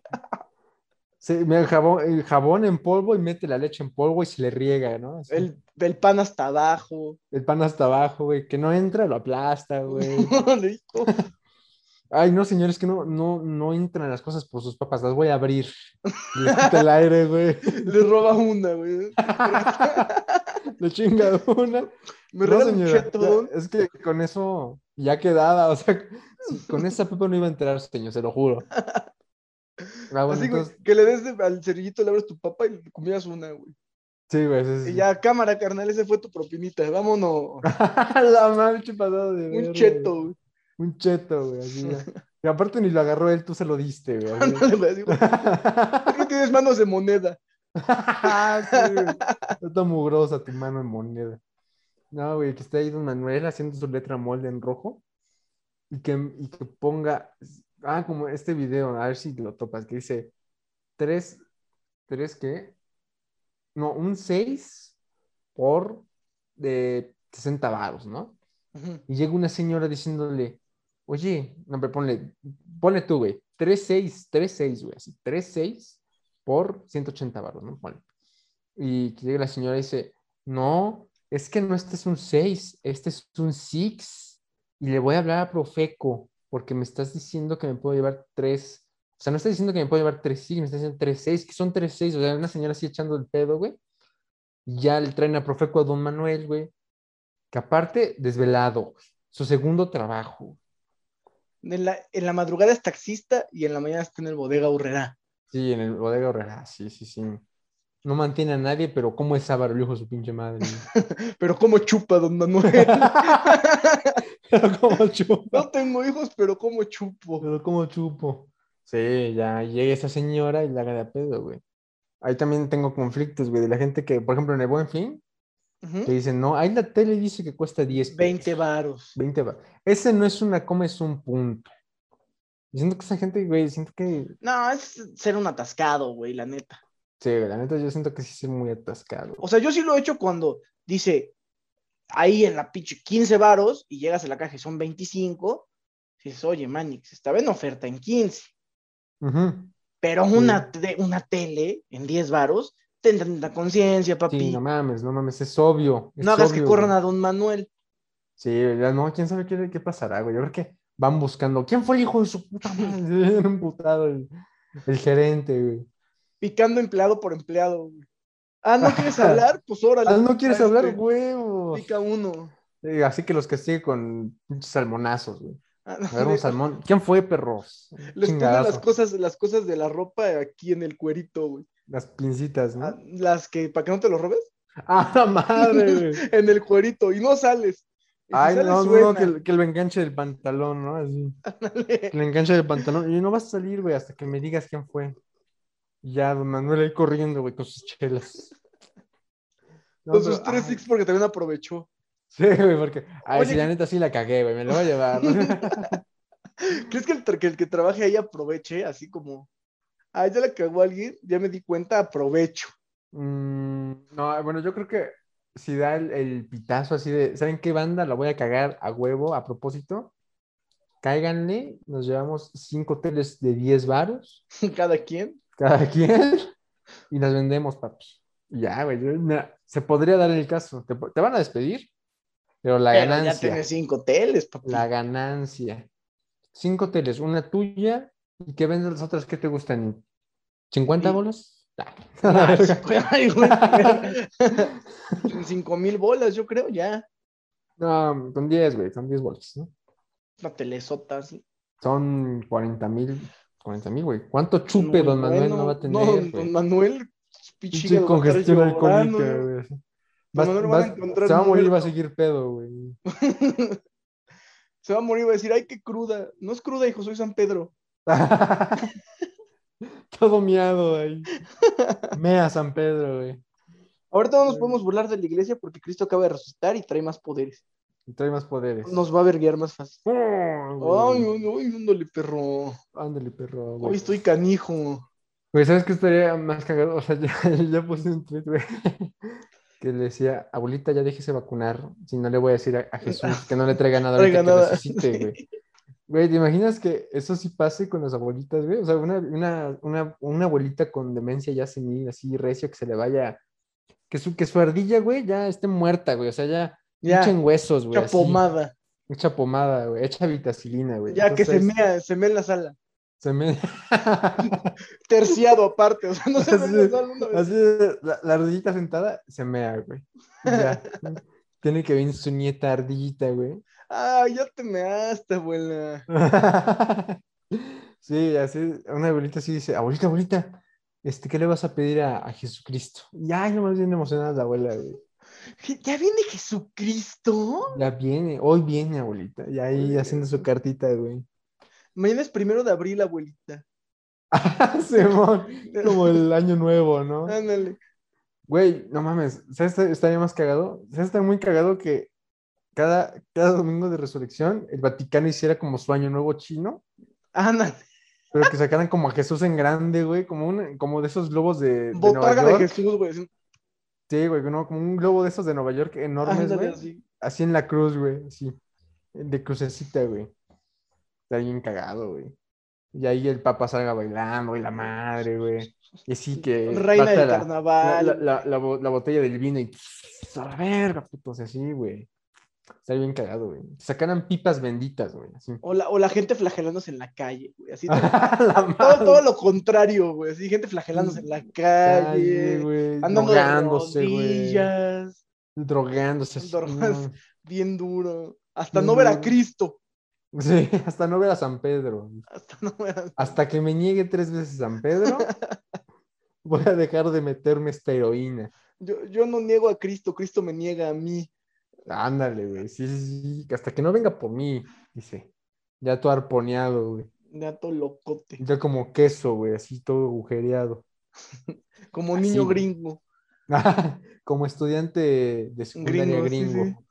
Sí, mira, el jabón, el jabón en polvo y mete la leche en polvo y se le riega, ¿no? Así. El, El, el pan hasta abajo. pan hasta abajo, güey. Que no entra, lo aplasta, güey. Listo. Ay, no, señores, que no, no, no entran las cosas por sus papas, las voy a abrir. Y Les quita el aire, güey. Le roba una, güey. Le chinga una. no, Me regala un señora, chetón. ya- es que con eso ya quedaba, o sea, si- con esa papa no iba a entrar, señor, se lo juro. Ah, bueno, Así, güey, entonces, que le des de- al cerillito, le abres tu papa y le comías una, güey. sí, güey, sí, sí, Y sí. ya, cámara, carnal, ese fue tu propinita. Vámonos. La madre chupadada de verga, Un güey. cheto, güey. Un cheto, güey, así ya. Y aparte ni lo agarró él, tú se lo diste, güey. así. Ándale, güey, así, güey. Tú no tienes manos de moneda. Ah, sí, güey. Está mugrosa tu mano en moneda. No, güey, que esté ahí Don Manuel haciendo su letra molde en rojo y que, y que ponga, ah, como este video, a ver si lo topas, que dice tres, tres qué, no, un 6 por de 60 varos, ¿no? Y llega una señora diciéndole, oye, no, pero ponle, ponle tú, güey, 3-6, 3-6, güey, así, 3-6 por 180 baros, ¿no? Ponle. Y que llega la señora y dice, no, es que no este es un 6, este es un 6, y le voy a hablar a Profeco, porque me estás diciendo que me puedo llevar 3, o sea, no está diciendo que me puedo llevar 3-6, me está diciendo 3-6, que son 3-6, o sea, una señora así echando el pedo, güey, y ya le traen a Profeco a Don Manuel, güey, que aparte, desvelado, su segundo trabajo. En la, en la madrugada es taxista y en la mañana está en el bodega urrera. Sí, en el bodega Herrera, sí, sí, sí. No mantiene a nadie, pero ¿cómo es Ávaro, el hijo de su pinche madre? Pero cómo chupa, don Manuel. pero ¿cómo chupo? No tengo hijos, pero cómo chupo. Pero ¿cómo chupo? Sí, ya llega esa señora y la haga de a pedo, güey. Ahí también tengo conflictos, güey, de la gente que, por ejemplo, en el Buen Fin, Ujú. te dicen, no, ahí la tele dice que cuesta 10 pesos". 20 varos. 20 va. Ese no es una coma, es un punto. Y Siento que esa gente, güey, siento que No, es ser un atascado, güey, la neta. Sí, güey, la neta, yo siento que sí soy muy atascado. O sea, yo sí lo he hecho cuando dice ahí en la pinche 15 varos y llegas a la caja y son 25. Y dices, oye, Manix, estaba en oferta en 15. Ujú. Pero una, te- una tele en 10 varos tendrán la conciencia, papi. Sí, no no mames, no mames, es obvio. es hagas que obvio, corran güey. a don Manuel. Sí, ya no, quién sabe qué, qué pasará, güey. Yo creo que van buscando. ¿Quién fue el hijo de su puta madre? Era emputado el, el gerente, güey. Picando empleado por empleado. güey. Ah, ¿no quieres hablar? Pues órale. Ah, no quieres Este, hablar, pues, huevo. Pica uno. Sí, Así que los castigue con pinches salmonazos, güey. Ah, Agarra un salmón. ¿Quién fue, perros? Les pone las Chingadazo. cosas, las cosas de la ropa aquí en el cuerito, güey. Las pincitas, ¿no? Ah, Las que, para que no te lo robes, ¡Ah, la madre, güey! en el cuerito y no sales. Y si Ay, sales, no, no, suena. que, el- que lo enganche del pantalón, ¿no? Así. Que le engancha el pantalón. Y no vas a salir, güey, hasta que me digas quién fue. Y Ya, don Manuel ahí corriendo, güey, con sus chelas. No, Con pero- sus tres ay, six porque también aprovechó. Sí, güey, porque. Ay, Oye, si la neta sí la cagué, güey, me lo voy a llevar. ¿Crees que el, tra- que el que trabaje ahí aproveche? Así como, ah, ya la cagó alguien, ya me di cuenta, aprovecho. Mm, no, bueno, yo creo que si da el, el pitazo así de, ¿saben qué banda? La voy a cagar a huevo a propósito. Cáiganle, nos llevamos cinco teles de 10 varos Cada quien. cada quien y las vendemos, papi. Y Ya, güey, yo- mira, se podría dar el caso. Te, te van a despedir, pero la Pero ya ganancia, tienes cinco teles, papi. la ganancia. Cinco teles, una tuya y que vendas las otras que te gustan. ¿50 Sí. bolas? Ah. Ay, güey, ay, güey, Cinco mil bolas, yo creo, ya. No, con 10, güey, son 10 bolas, ¿no? Una telesota así. Son 40 mil, 40 mil, güey. ¿Cuánto chupe No, don Manuel bueno, no va a tener, No, güey? don Manuel, Pinche pichiga, va a estar congestión llorando, alcohólica, güey. güey, así. Vas- Manuel lo van a vas- encontrar se va a morir y va a muerto. seguir pedo, güey. Se va a morir y va a decir, ay, qué cruda. No es cruda, hijo, soy San Pedro. Todo miado ahí. Mea San Pedro, güey. Ahorita no nos podemos burlar de la iglesia porque Cristo acaba de resucitar y trae más poderes. Y trae más poderes. Nos va a verguiar más fácil. Ay, Ay, ay, ay, ándale, perro. Ándale, perro. Hoy Güey. estoy canijo. Güey, ¿sabes qué estaría más cagado? O sea, ya, ya puse un tweet, güey. Que le decía, abuelita, ya déjese vacunar. Si no le voy a decir a, a Jesús que no le traiga nada ahorita que Traiga nada. necesite, güey. Güey, ¿te imaginas que eso sí pase con las abuelitas, güey? O sea, una, una, una, una abuelita con demencia ya senil, así recio, que se le vaya. Que su, que su ardilla, güey, ya esté muerta, güey. O sea, ya. Ya, Hecha en huesos, güey. hecha así. pomada. Hecha pomada, güey. Hecha vitacilina, güey. Ya que se Entonces, mea, se mea en la sala. se me- Terciado aparte, o sea, no se mea en la Así- sala una vez. Así, de- la, la ardillita sentada, se mea, güey. Y Ya. Tiene que venir su nieta ardillita, güey. Ah, ya te measte, abuela. sí, así, una abuelita así dice, abuelita, abuelita, este, ¿qué le vas a pedir a, a Jesucristo? Ya, no más bien emocionada la abuela, güey. ¿Ya viene Jesucristo? Ya viene, hoy viene, abuelita. Y ahí haciendo su cartita, güey. Mañana es primero de abril, abuelita. Simón, como el año nuevo, ¿no? Ándale. Güey, no mames, ¿sabes? qué Estaría más cagado. ¿Sabes? Está muy cagado que cada, cada domingo de resurrección el Vaticano hiciera como su año nuevo chino, Ándale. pero que sacaran como a Jesús en grande, güey, como, un, como de esos globos de, de Nueva Botarga de York. Jesús, güey. así. Sí, güey, ¿no? como un globo de esos de Nueva York enormes, Ándale, güey. así. Así en la cruz, güey, así. De crucecita, güey. Está bien cagado, güey. Y ahí el Papa salga bailando y la madre, güey. Y sí que. Reina del bátala. La, carnaval. la- la- la bo- la botella del vino y pss, a la verga, puto, o sea, así, güey. Está bien cagado, güey. Sacaran pipas benditas, güey. Así. O la, o la gente flagelándose en la calle, güey. Así todo, la todo, madre. todo lo contrario, güey. Así gente flagelándose en la Calle, calle. güey. eh, Andando de Drogándose, güey. rodillas, Drogándose. así, Drogas. bien duro. Hasta Bien no ver a duro. no. Cristo. Sí, hasta no ver a San Pedro. Hasta no ver a... Hasta que me niegue tres veces San Pedro, voy a dejar de meterme esta heroína. Yo, yo no niego a Cristo, Cristo me niega a mí. Ándale, güey. Sí, sí, sí. Hasta que no venga por mí, dice. Ya todo arponeado, güey. Gato locote. Ya como queso, güey, así todo agujereado. Como Así, niño Ah, güey. gringo. Como estudiante de secundaria Gringo, sí, gringo.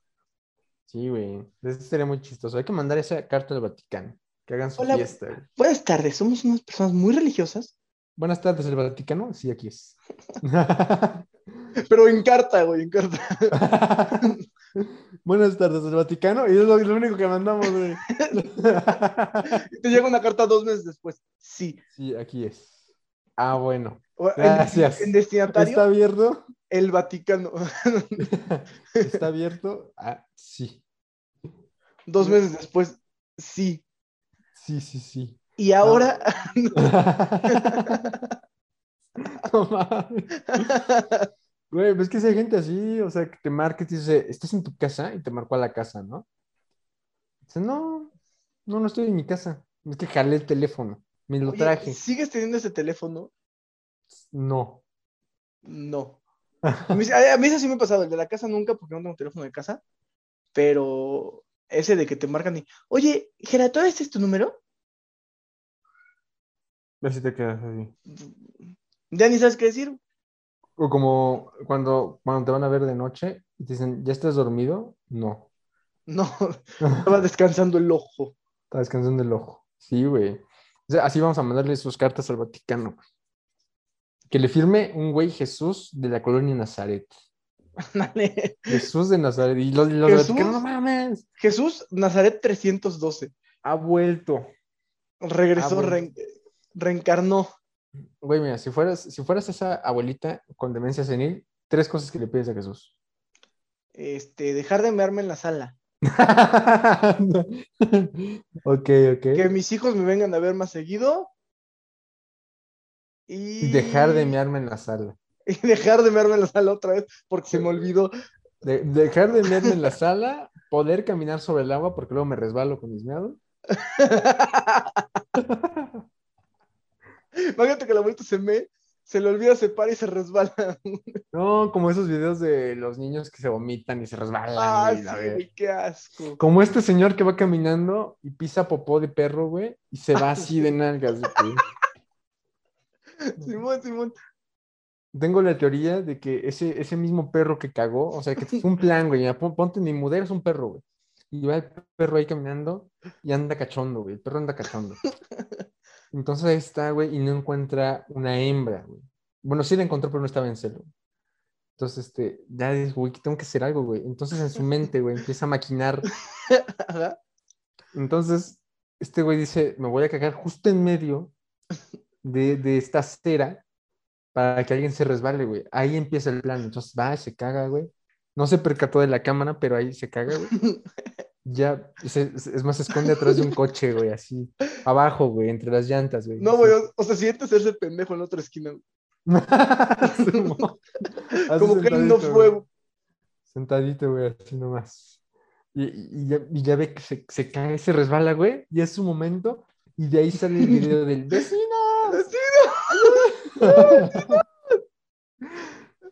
Sí, güey. Eso sería muy chistoso. Hay que mandar esa carta al Vaticano. Que hagan su Hola. fiesta. güey. Buenas tardes, somos unas personas muy religiosas, Buenas tardes, el Vaticano. Sí, aquí es. pero en carta, güey, en carta. Buenas tardes, el Vaticano. Y es lo, lo único que mandamos, güey. Te llega una carta dos meses después. Sí. sí, aquí es. Ah, bueno. O- en- Gracias. En, destinatario, ¿Está abierto? el Vaticano. ¿Está abierto? Ah, sí. dos meses después, sí. Sí, sí, sí. Y ahora, no mames. Güey, ves que si hay gente así, o sea, que te marca y te dice, ¿estás en tu casa? Y te marcó a la casa, ¿no? Dice, no, no, no estoy en mi casa. Es que jalé el teléfono, me lo Oye, traje. ¿sigues teniendo ese teléfono? No. No. A mí, a mí eso sí me ha pasado, el de la casa nunca, porque no tengo teléfono de casa, pero ese de que te marcan y, oye, Gerato, ¿este es tu número? Así te quedas así. Ya ni sabes qué decir. O como cuando, cuando te van a ver de noche y te dicen, ¿ya estás dormido? No. No, estaba descansando el ojo. Está descansando el ojo. Sí, güey. O sea, así vamos a mandarle sus cartas al Vaticano. güey. Que le firme un güey Jesús de la colonia Nazaret. Ándale. Jesús de Nazaret. Y los, y los Jesús. vaticanos, no mames. Jesús Nazaret 312. Ha vuelto. Regresó, Ah, bueno. reen- reencarnó. Güey, mira, si fueras, si fueras esa abuelita con demencia senil, tres cosas que le pides a Jesús. Este, dejar de mearme en la sala. ok, ok. Que mis hijos me vengan a ver más seguido. Y Dejar de mearme en la sala. Y dejar de mearme en la sala otra vez porque se me olvidó. De- dejar de mearme en la sala, poder caminar sobre el agua porque luego me resbalo con mis meados. Imagínate que la vuelta se me, se le olvida, se para y se resbala. No, como esos videos de los niños que se vomitan y se resbalan. Ah, güey, la sí, verga. güey, qué asco. Como este señor que va caminando y pisa popó de perro, güey, y se va así de nalgas. güey. Simón, Simón. Tengo la teoría de que ese, ese mismo perro que cagó, o sea, que fue un plan, güey, ya, pon- ponte ni mudero, es un perro, güey. Y va el perro ahí caminando y anda cachondo, güey, el perro anda cachondo. Entonces ahí está, güey, y no encuentra una hembra, güey. Bueno, sí la encontró, pero no estaba en celo. Entonces, este, ya dice, güey, que tengo que hacer algo, güey. Entonces en su mente, güey, empieza a maquinar Ajá. Entonces, este güey dice, me voy a cagar justo en medio de, de esta acera para que alguien se resbale, güey. Ahí empieza el plan. Entonces va, se caga, güey. No se percató de la cámara, pero ahí se caga, güey. Ya, se- se- es más, se esconde atrás de un coche, güey, así. Abajo, güey, entre las llantas, güey. No, así. güey, o, o sea, sientes ese pendejo en la otra esquina. güey. Simón. Así Como que él no sentadito, güey. fue. Sentadito, güey, así nomás. Y, y ya, y ya ve que se, se cae, se resbala, güey, y es su momento. Y de ahí sale el video del vecino.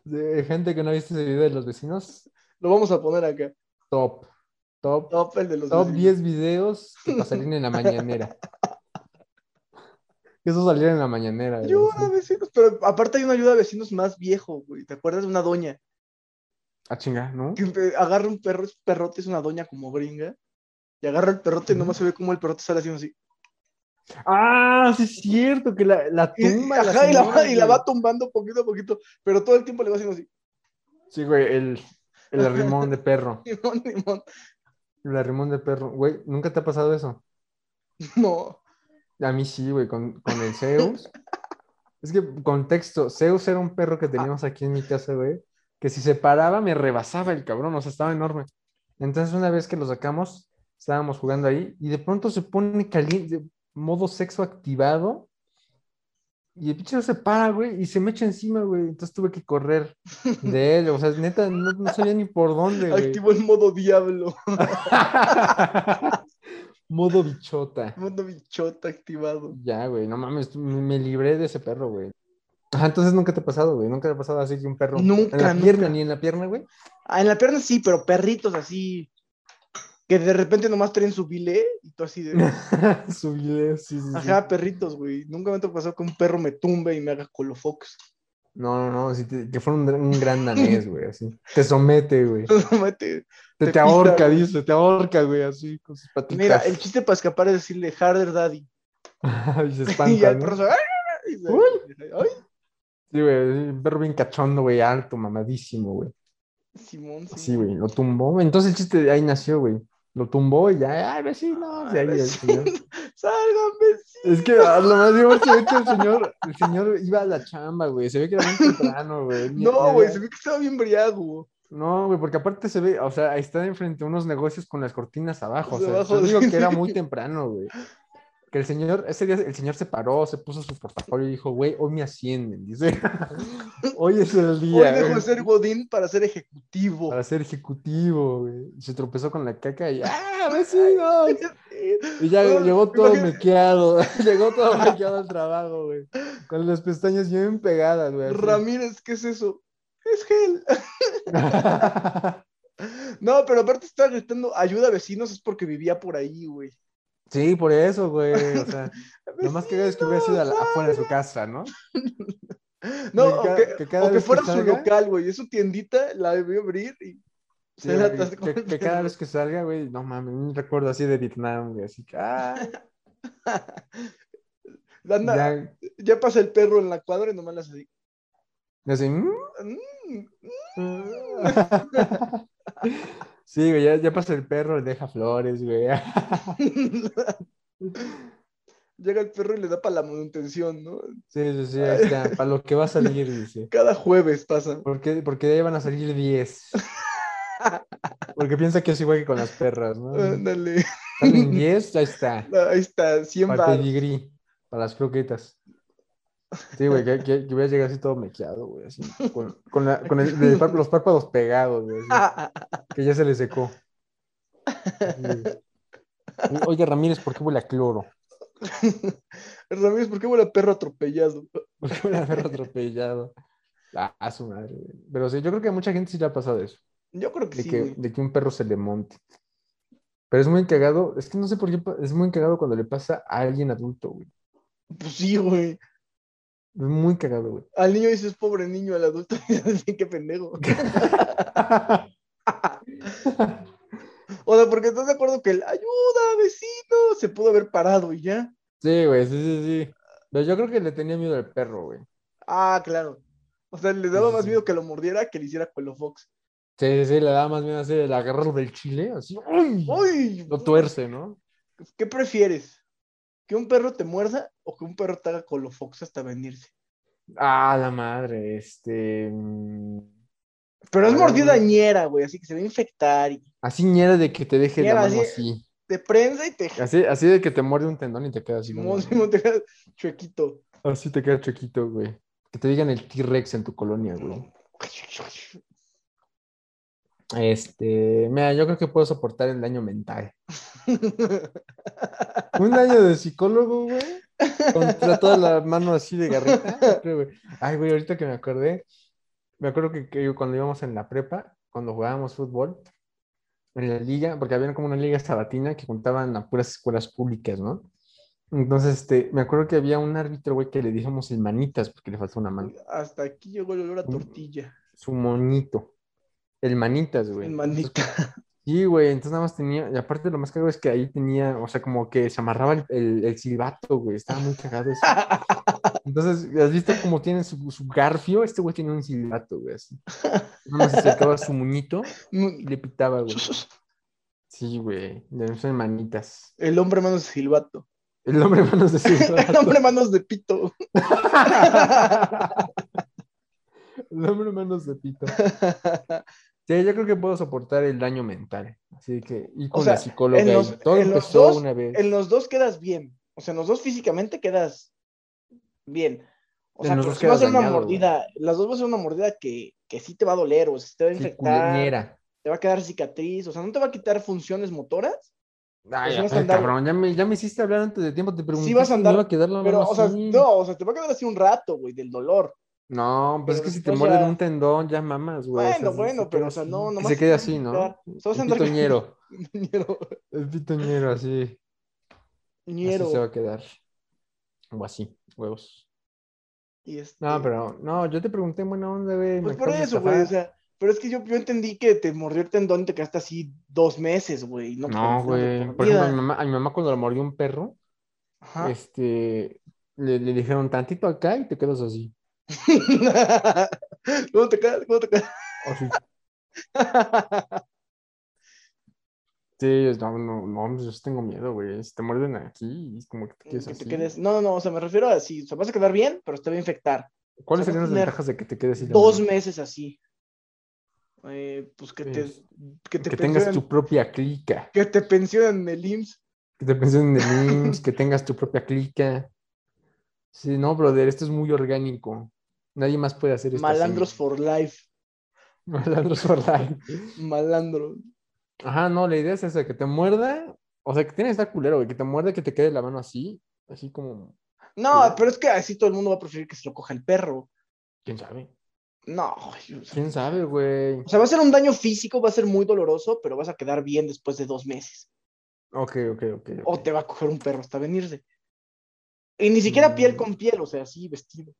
De gente que no ha visto ese video de los vecinos, Lo vamos a poner acá. top. Top, Top, el de los top vecinos. 10 videos que pasarían en la mañanera. Eso saliera en la mañanera. güey, Ayuda así. a vecinos, pero aparte hay una ayuda a vecinos más viejo, güey. ¿Te acuerdas de una doña? Ah, chinga, ¿no? Que empe- agarra un perro, es perrote, es una doña como gringa. Y agarra el perrote y nomás se ve como el perrote sale haciendo así. Ah, sí es cierto, que la, la Y, tumba. ajá, y la, señora, va- y la güey. va tumbando poquito a poquito, pero todo el tiempo le va haciendo así. Sí, güey, el, el arrimón de perro. Limón, limón. El arrimón de perro. Güey, ¿nunca te ha pasado eso? No. A mí sí, güey, con, con el Zeus. Es que, contexto, Zeus era un perro que teníamos aquí en mi casa, güey, que si se paraba me rebasaba el cabrón, o sea, estaba enorme. Entonces, una vez que lo sacamos, estábamos jugando ahí y de pronto se pone caliente, modo sexo activado. Y el pinche Zeus se para, güey, y se me echa encima, güey. Entonces tuve que correr de él. O sea, neta, no, no sabía ni por dónde, güey. Activó el modo diablo. Modo bichota. Modo bichota activado. Ya, güey, no mames, me me libré de ese perro, güey. Ajá, entonces nunca te ha pasado, güey. Nunca te ha pasado así que un perro. Nunca, En la nunca. pierna, ni en la pierna, güey. Ah, en la pierna sí, pero perritos así. Que de repente nomás traen su bilé y tú así de. Su video, sí, sí, sí. Ajá, perritos, güey. Nunca me ha pasado que un perro me tumbe y me haga colofox. No, no, no, sí te- que fuera un, un gran danés, güey, así. Te somete, güey. Te, Mate. te, pisa, ahorca, güey. dice, te ahorca, güey, así, con sus patitas. Mira, el chiste para escapar es decirle Harder Daddy. y se y ya espanta, el perro ¿no? se. ¡Ah! Y se- Ay, Sí, güey, un perro bien cachondo, güey, alto, mamadísimo, güey. Simón, Simón. Sí, güey, lo tumbó. Entonces el chiste de ahí nació, güey. Lo tumbó y ya, ay, pues vecinos. Y ahí el señor. Salgan, vecinos. Es que ah, a lo más divertido se ve que el señor, el señor iba a la chamba, güey. Se ve que era muy temprano, güey. Ni- No, ni- güey, se ve que estaba bien briago. güey. No, güey, porque aparte se ve, o sea, ahí está enfrente a unos negocios con las cortinas abajo. O sea, Abajo, yo digo sí. que era muy temprano, güey. Que el señor, ese día el señor se paró, se puso su portafolio y dijo, güey, hoy me ascienden. Dice, hoy es el Hoy día. dejo güey, de ser Godín para ser ejecutivo. Para ser ejecutivo, güey. Y Se tropezó con la caca y ¡ah, vecinos! Eh, Y ya Bueno, llegó todo imagínate. mequeado, llegó todo mequeado al trabajo, güey. Con las pestañas bien pegadas, güey. así. Ramírez, ¿qué es eso? Es gel. No, pero aparte estaba gritando ayuda a vecinos, es porque vivía por ahí, güey. sí, por eso, güey. O sea, lo más que es que hubiera sido a la- afuera de su casa, ¿no? No, que o ca- que, que cada o que vez que fuera su salga- local, güey. Es su tiendita, la debió abrir y Sí, se la güey, atascó que, el que cada perro. vez que salga, güey, no mames, un recuerdo así de Vietnam, güey. Así que, ah, Anda, ya. ya, pasa el perro en la cuadra y nomás las así. así, mm, Mm, mm, Sí, güey, ya, ya pasa el perro, le deja flores, güey. Llega el perro y le da para la manutención, ¿no? Sí, sí, sí, ahí está, para lo que va a salir, dice. Cada jueves pasa. Porque, porque de ahí van a salir 10. Porque piensa que es igual que con las perras, ¿no? Ándale. Salen 10, ya está. Ahí está, 100 Para el baros. pedigrí, para las croquetas. Sí, güey, que, que, que voy a llegar así todo mequeado, güey, así. Con, con, la- con el- el pár- los párpados pegados, güey. así, que ya se le secó. Así, güey. Oye, Ramírez, ¿por qué huele a cloro? Ramírez, ¿por qué huele a perro atropellado? ¿Por qué huele a perro atropellado? Ah, a su madre, güey. Pero sí, yo creo que a mucha gente sí le ha pasado eso. Yo creo que de, sí, que, güey. de que un perro se le monte. Pero es muy cagado, es que no sé por qué pa- es muy cagado cuando le pasa a alguien adulto, güey. Pues sí, güey. Es muy cagado, güey. Al niño dices, pobre niño, al adulto dices, qué pendejo. O sea, porque estás de acuerdo que el ayuda, vecino, se pudo haber parado y ya. sí, güey, sí, sí, sí. Pero yo creo que le tenía miedo al perro, güey. Ah, claro. O sea, le daba Sí, sí, más sí. miedo que lo mordiera que le hiciera Cuelo Fox. Sí, sí, sí, le daba más miedo así, el agarrarlo del chile, así. ¡Uy! ¡Uy! Lo tuerce, ¿no? ¿Qué prefieres? ¿Que un perro te muerda o que un perro te haga Cuelo Fox hasta venirse? Ah, la madre, este. mm, Pero es Ah, mordida güey. ñera, güey, así que se va a infectar y Así ñera de que te deje la Ñera, mano así. así. te prensa y te así. Así de que te muerde un tendón y te queda así. como- Simón, Simón, te quedas chuequito. Así te queda chiquito, güey. Que te digan el T-Rex en tu colonia, güey. Este, mira, yo creo que puedo soportar el daño mental. Un daño de psicólogo, güey. Contra toda la mano así de garrita. yo creo, güey. Ay, güey, ahorita que me acordé. Me acuerdo que, que cuando íbamos en la prepa, cuando jugábamos fútbol, en la liga, porque había como una liga sabatina que juntaban a puras escuelas públicas, ¿no? Entonces, este, me acuerdo que había un árbitro, güey, que le dijimos el manitas porque le faltó una mano. Hasta aquí llegó el olor a tortilla. Su monito. El manitas, güey. En manita. Sí, güey, entonces nada más tenía, y aparte lo más cagado es que ahí tenía, o sea, como que se amarraba el, el- el silbato, güey, estaba muy cagado eso. Entonces, ¿has visto cómo tiene su, su garfio? Este güey tiene un silbato, güey, así. Nada más acercaba su muñito y le pitaba, güey. Sí, güey, de son manitas. El hombre manos de silbato. El hombre manos de El silbato. hombre manos de pito. El hombre manos de pito. Sí, yo creo que puedo soportar el daño mental. Así que, y con sea, la psicóloga, en y los- todo en los empezó dos, una vez. En los dos quedas bien. O sea, en los dos físicamente quedas bien. O En sea, los pero dos sí va a quedas ser una dañado, mordida. Las dos va a ser una mordida que, que sí te va a doler, o sea, se te va a Sí, infectar, culeñera. te va a quedar cicatriz, o sea, no te va a quitar funciones motoras, Ay, Pues vas a ay, andar- cabrón, ya me, ya me hiciste hablar antes de tiempo, te pregunté vas a si me andar, iba a quedar la pero, mano o sea, así. no, o sea, te va a quedar así un rato, güey, del dolor. No, pues es pero que si te después muerden ya- un tendón, ya mamas, güey. Bueno, sí, bueno, se pero, queda o sea, así. no, Que nomás se te quede va a así, ¿no? picar. Se vas a El andar- pitoñero, Ñero, el pitoñero, así. ñero. Así se va a quedar. O así, huevos. y este- No, pero, no, yo te pregunté en buena onda, güey. me Pues por acabas de eso, güey, o estafar. sea, pero es que yo, yo entendí que te mordió el tendón y te quedaste así dos meses, güey. No, te No, quedaste de güey. por Por ejemplo, a vida. mi mamá, a mi mamá cuando la mordió un perro, Ajá. este, le, le dijeron tantito acá y te quedas así. ¿Cómo te quedas? ¿Cómo te quedas? Así. Sí, es- no, no, no, yo sí tengo miedo, güey. Si te muerden aquí, es como que te Que quedes te así. quedes- No, no, no, o sea, me refiero a si, o sea, vas a quedar bien, pero te va a infectar. ¿Cuáles se va a serían las tener ventajas de que te quedes así? la Dos mano? meses así. Eh, pues que te, Es- que te Que tengas pensionen- tu propia clica. que te pensionen en el IMSS. Que te pensen en el IMSS, que tengas tu propia clica. Sí, no, brother, esto es muy orgánico. Nadie más puede hacer esto. así. Malandros for life. Malandros for life. Malandro. Ajá, no, la idea es esa, que te muerda. O sea, que tiene que estar culero, güey. Que te muerda, que te quede la mano así. Así como, No, Ya. pero es que así todo el mundo va a preferir que se lo coja el perro. quién sabe. No, güey, o sea, Quién sabe, güey. O sea, va a ser un daño físico, va a ser muy doloroso, pero vas a quedar bien después de dos meses. Ok, ok, ok. O ok. te va a coger un perro hasta venirse. Y ni siquiera Mm. piel con piel, o sea, así vestido.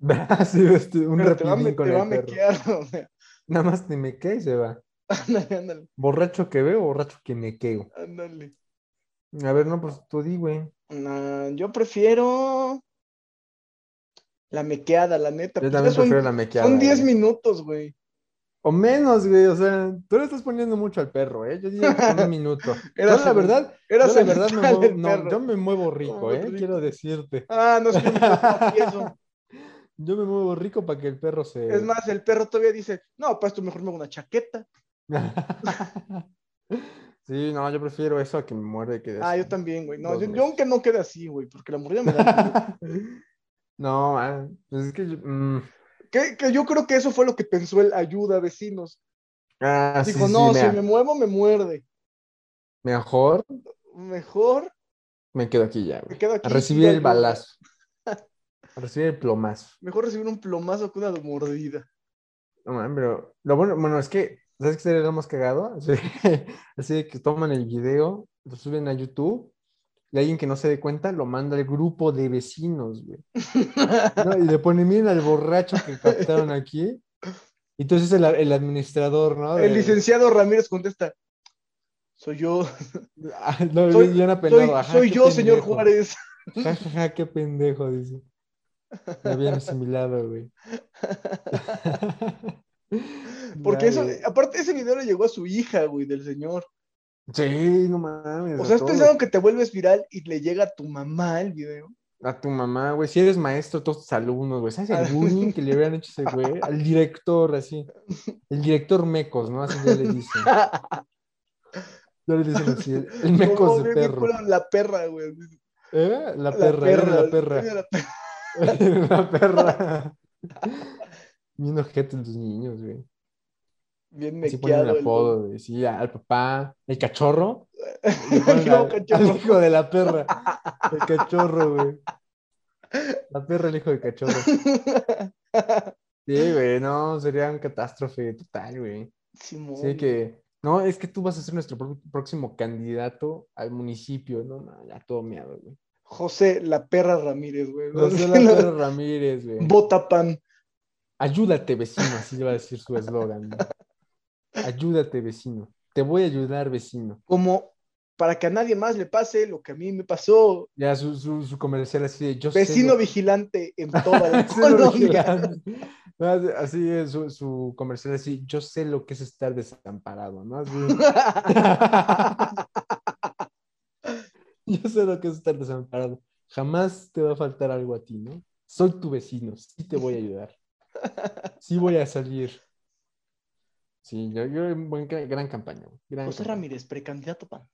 sí, este, un Pero te va a, rapidín me- con te va a el perro. mequear, o sea, Nada más te me queda y se va. ándale, ándale, Borracho que veo, borracho que me queo. ándale. A ver, no, pues tú di, güey. Nah, yo prefiero la mequeada, la neta. Yo pues, también son- prefiero la mequeada. Son 10 güey. minutos, güey. O menos, güey, o sea, tú le estás poniendo mucho al perro, ¿eh? Yo diría que un minuto. Yo, la verdad, Era yo la verdad me semestral muevo, el no, perro. yo me muevo rico, Muy ¿eh? rico. Quiero decirte. Ah, no sé, eso. Yo me muevo rico para que el perro se... Es más, el perro todavía dice, no, para esto mejor me hago una chaqueta. sí, no, yo prefiero eso a que me muerde que... Ah, yo también, güey. No, Dos yo, veces. yo aunque no quede así, güey, porque la mordida me da. miedo. No, ah, pues es que... yo- mm, que, que yo creo que eso fue lo que pensó el ayuda a vecinos. ah, sí, Dijo, sí, no, si mira, me muevo, me muerde. mejor Mejor me quedo aquí ya, me güey. quedo A aquí. recibir el ayuda. balazo. A recibir el plomazo. Mejor recibir un plomazo que una mordida. No, man, pero lo bueno, bueno, es que, ¿sabes qué sería lo más cagado? Así, así de que toman el video, lo suben a YouTube y alguien que no se dé cuenta lo manda al grupo de vecinos, güey. No, Y le ponen, miren al borracho que captaron aquí. Y Entonces el, el administrador, ¿no? El De- licenciado Ramírez contesta, soy yo, Ah, no, Soy- bien soy, apenado, ajá, soy qué yo, señor pendejo. Juárez. Ja, ja, ja, qué pendejo, dice. Me habían asimilado, güey. Porque Ya, eso, güey. aparte ese video le llegó a su hija, güey, del señor. Sí, no mames. O a sea, has todos. pensado que te vuelves viral y le llega a tu mamá el video. A tu mamá, güey. Si eres maestro, todos tus alumnos, güey. ¿Sabes Ah. el bullying que le hubieran hecho a ese güey? Al director, así. El director Mecos, ¿no? Así ya le dicen. Ya le dicen así. El, el Como Mecos de bien- bien perro. culero, La perra, güey. ¿Eh? La perra, era la perra. Era la perra. La perra. Bien ojete los niños, güey. Bien Así ponen mequeado. el el- apodo, güey. Sí, al papá. El cachorro. Le ponen No, al- cachorro. al hijo de la perra. El cachorro, güey. La perra, el hijo del cachorro. Sí, güey, no, sería un catástrofe total, güey. Simón. Sí, que, no, es que tú vas a ser nuestro pro- próximo candidato al municipio, no, no, ya todo meado, güey. José la perra Ramírez, güey. José La Perra Ramírez, güey. Bota pan. Ayúdate, vecino, así le va a decir su eslogan. güey. Ayúdate, vecino. Te voy a ayudar, vecino. Como para que a nadie más le pase lo que a mí me pasó. Ya su, su, su comercial así de yo sé Vecino lo- vigilante en toda la Vecino Colombia. vigilante. No, así- Así es su, su comercial así, yo sé lo que es estar desamparado, ¿no? Así. Yo sé lo que es estar desamparado. Jamás te va a faltar algo a ti, ¿no? Soy tu vecino, sí te voy a ayudar. Sí voy a salir. Sí, yo, yo en buen- gran, campaña. güey, gran José campaña. Ramírez, precandidato pan.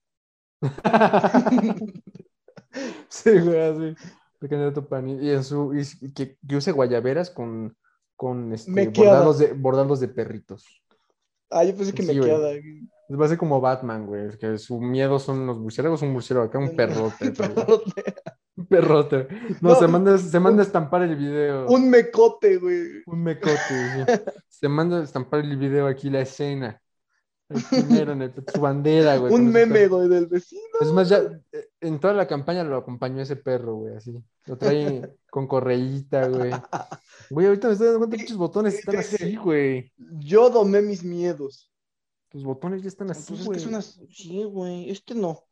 sí, güey, así. El candidato pan. Y, y en su, y que, que use guayaberas con, con este, Mequeada. bordados, de, bordados de perritos. Ah, yo pensé que Sí, me güey. queda. Va a ser como Batman, güey. Que su miedo son los murciélagos, un murciélago acá, un perrote. güey. Un perrote. No, No, se, manda, se manda un- a estampar el video. Un, Un mecote, güey. mecote. sí. Se manda a estampar el video aquí, la escena. El primero, en el- su bandera, güey. Un con ese meme, perro. güey, del vecino. Es más, ya eh, en toda la campaña lo acompañó ese perro, güey, así. Lo trae con correíta, güey. Güey, ahorita me estoy dando cuenta que muchos botones están Ese- así, güey. Yo domé mis miedos. Los botones ya están así, Entonces, güey. es que es una... Sí, güey. Este no.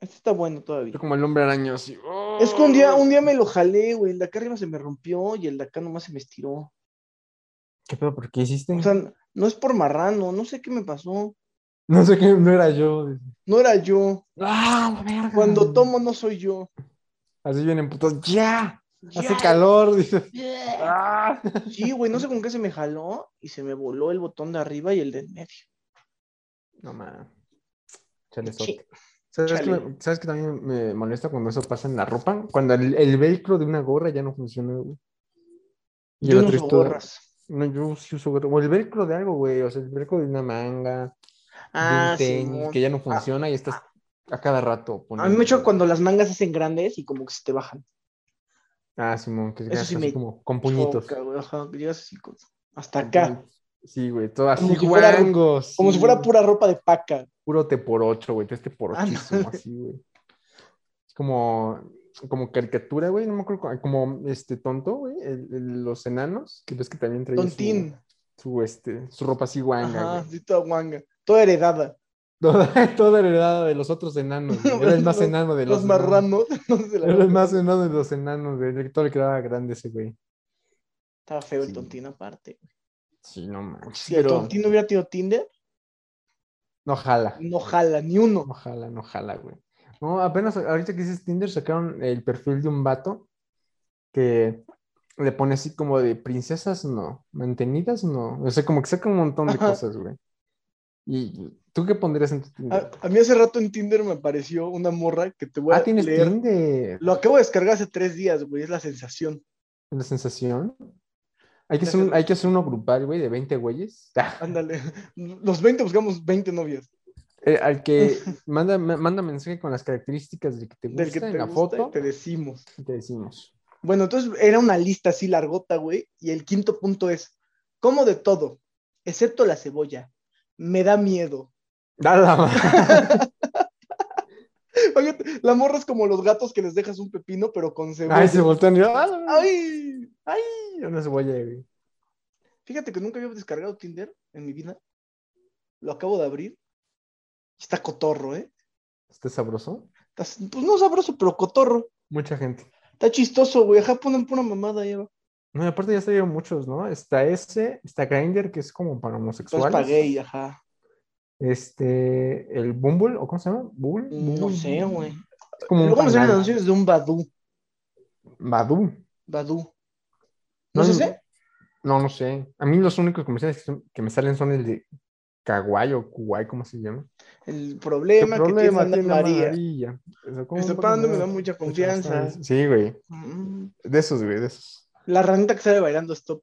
Este está bueno todavía. Yo Como el hombre araña, así. "Oh". Es que un día, un día me lo jalé, güey. El de acá arriba se me rompió y el de acá nomás se me estiró. ¿Qué pedo? ¿Por qué hiciste? O sea, no es por marrano, no sé qué me pasó. no sé qué, no era yo. No era yo. ¡Ah, la verga! Cuando tomo no soy yo. Así vienen putos. ¡Ya! Hace Ya, calor, dices. ya. ¡Ah! Sí, güey, no sé con qué se me jaló y se me voló el botón de arriba y el de en medio. No mames. Chale, Sí. sote. ¿Sabes, Chale. que, me- ¿Sabes que también me molesta cuando eso pasa en la ropa? Cuando el, el velcro de una gorra ya no funciona, güey. Y Yo el no otro uso es todo- gorras. No, yo sí uso gorra. O el velcro de algo, güey. O sea, el velcro de una manga, de Ah, un tenis, sí. que ya no funciona y estás a cada rato A mí me choca poniendo- cuando las mangas se hacen grandes y como que se te bajan. Ah, Simón, que Eso sí así me como con puñitos. Choca, güey, ajá, que llegas así con- Hasta acá. Sí, güey, todo así, Como si fuera- guango, sí, Como si fuera güey. pura ropa de paca. puro te por ocho, güey. Te este por Ah, no. ochísimo, así, güey. Es como, como caricatura, güey. No me acuerdo, cómo- como este tonto, güey. el- el- los enanos, que ves que también traía su- Tontín. Su, este, su ropa así guanga, Ajá, güey. sí, toda guanga. Toda heredada. Toda, toda heredada de los otros enanos. güey. Era el más Los- enano de los, Los enanos. marranos. no sé, la Era el verdad. más enano de los enanos, güey. El todo le quedaba grande ese, güey. Estaba feo el Sí. tontín aparte. Sí, no manches. Si pero- el Tontín no hubiera tenido Tinder, No jala. no jala ni uno. No jala, no jala, güey. No, apenas ahorita que dices Tinder sacaron el perfil de un vato que le pone así como de princesas no, mantenidas no. O sea, como que saca un montón de Ajá. cosas, güey. ¿Y tú qué pondrías en tu Tinder? A, a mí hace rato en Tinder me apareció una morra que te Ah, voy a ah, tienes leer. Tinder. Lo acabo de descargar hace tres días, güey. Es la sensación. La sensación. Hay que, hacer un- hay que hacer uno grupal, güey, de 20 güeyes. Ándale. Los 20 buscamos 20 novias. Eh, al que manda, ma- manda mensaje con las características del que te gusta Del que en te la gusta foto y te decimos. y te decimos. Bueno, entonces era una lista así largota, güey. Y el quinto punto es, como de todo, excepto la cebolla. Me da miedo. Nada más. Oye, la morra es como los gatos que les dejas un pepino, pero con cebolla. Ay, se voltean y ¡ah! Ay, ¡Ay! Una cebolla, güey. Fíjate que nunca había descargado Tinder en mi vida. Lo acabo de abrir. Está cotorro, ¿eh? ¿Está sabroso? Está- pues no sabroso, pero cotorro. Mucha gente. Está chistoso, güey. Ajá, ponen pura mamada ahí abajo. No, y aparte ya salieron muchos, ¿no? Está ese, está Grindr, que es como para Pero es homosexuales. pa' gay, Pues ajá. Este, el Bumble, ¿o cómo se llama? Bumble. Mm, No Bumble. sé, güey. Es como un Luego me salen panal. anuncios de un Badú. Badoo. Badú. ¿No es ese? No, no sé. A mí los únicos comerciales que, son- que me salen son el de Kawaii o Kuwai, ¿cómo se llama? El problema, que tiene Ana María. Eso, Ese pan no me da mucha confianza. Sí, güey. Mm. De esos, güey, de esos. La ranita que sale bailando stop.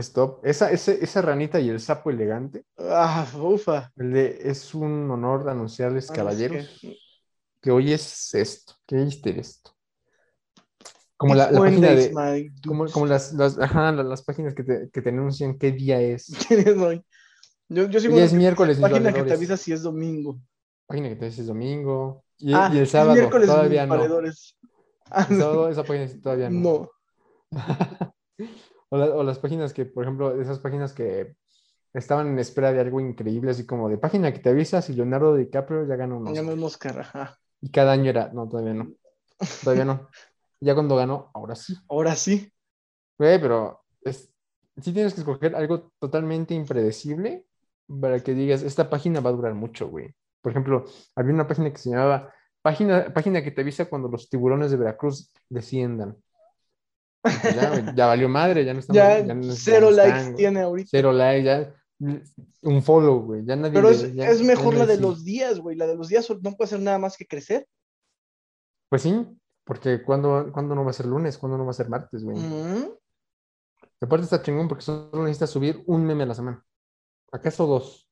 Stop. Esa, ese- esa ranita y el sapo elegante. Ah, ufa. el de, es un honor anunciarles, Ah, no sé caballeros, qué. que hoy es esto, que oíste esto. Como la, It's la página Wednesdays, de. my dudes. Como, como las, las, ajá, la- las, páginas que te, que te anuncian qué día es. ¿Quién es hoy? Yo, yo sigo Hoy una es miércoles. mis página que te valedores. avisa si es domingo. página que te dice domingo. Y, Ah, y el es sábado miércoles mis todavía no. valedores. Ah, El sábado esa página sí todavía no. no. o, la- o las páginas que, por ejemplo, esas páginas que estaban en espera de algo increíble, así como de página que te avisa si Leonardo DiCaprio ya ganó unos. Ganó un Oscar, ajá. Y cada año era, no, todavía no. Todavía no. Ya cuando ganó, ahora sí. Ahora sí. Güey, pero es, sí tienes que escoger algo totalmente impredecible para que digas, esta página va a durar mucho, güey. Por ejemplo, había una página que se llamaba Página, página que te avisa cuando los tiburones de Veracruz desciendan. Y pues ya, güey, ya valió madre, ya no estamos. Ya, no- ya cero no están, likes güey. tiene ahorita. Cero likes, ya. Un follow, güey. Ya nadie. Pero le- es, ya- es ya mejor la nadie de sigue. los días, güey. La de los días no puede hacer nada más que crecer. Pues sí, porque cuando no va a ser lunes? ¿Cuándo no va a ser martes, güey? Mm. Aparte está chingón porque solo necesitas subir un meme a la semana. ¿Acaso dos?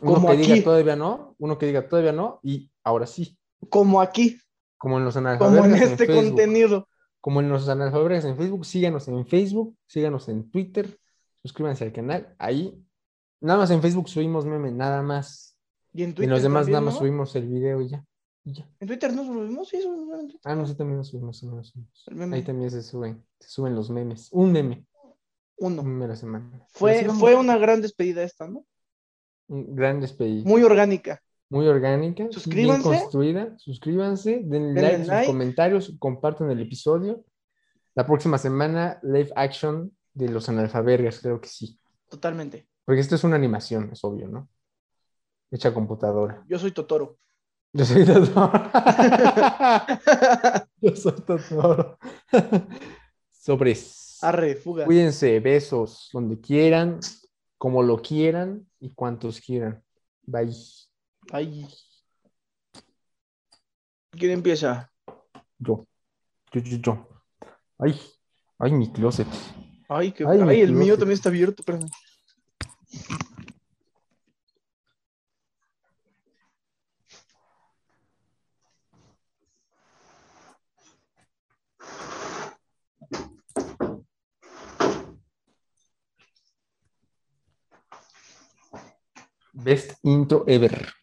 Uno Como que diga aquí. todavía no, uno que diga todavía no y ahora sí. Como aquí, Como en los como analfabetas en en este Facebook. contenido. Como en los analfabetas en Facebook. Síganos en Facebook, síganos en Twitter, suscríbanse al canal. Ahí, nada más en Facebook subimos meme, nada más. Y en Y Twitter. en los demás también, nada más ¿no? subimos el video y ya. y ya. En Twitter no subimos, sí, subimos en Twitter. Ah, no, sí, también lo subimos. también lo subimos. El meme. Ahí también se suben, se suben los memes. Un meme, Uno. un meme a la semana. Fue, Así vamos. fue una gran despedida esta, ¿no? Un gran despedida. Muy orgánica. muy orgánica, bien Suscríbanse. construida. Suscríbanse, denle, Denle like, sus like. comentarios, compartan el episodio. La próxima semana, live action de los analfabergas, creo que sí. Totalmente. Porque esto es una animación, es obvio, ¿no? Hecha a computadora. Yo soy Totoro. Yo soy Totoro. Yo soy Totoro. Sobres. Arre, fuga. Cuídense, besos, donde quieran, como lo quieran y cuantos quieran. Bye. Ay. ¿Quién empieza? Yo. Yo, yo, yo. Ay, ay, mi closet. Ay, que... Ay, Ay, mi el mío closet. también está abierto, espérame. Best intro ever.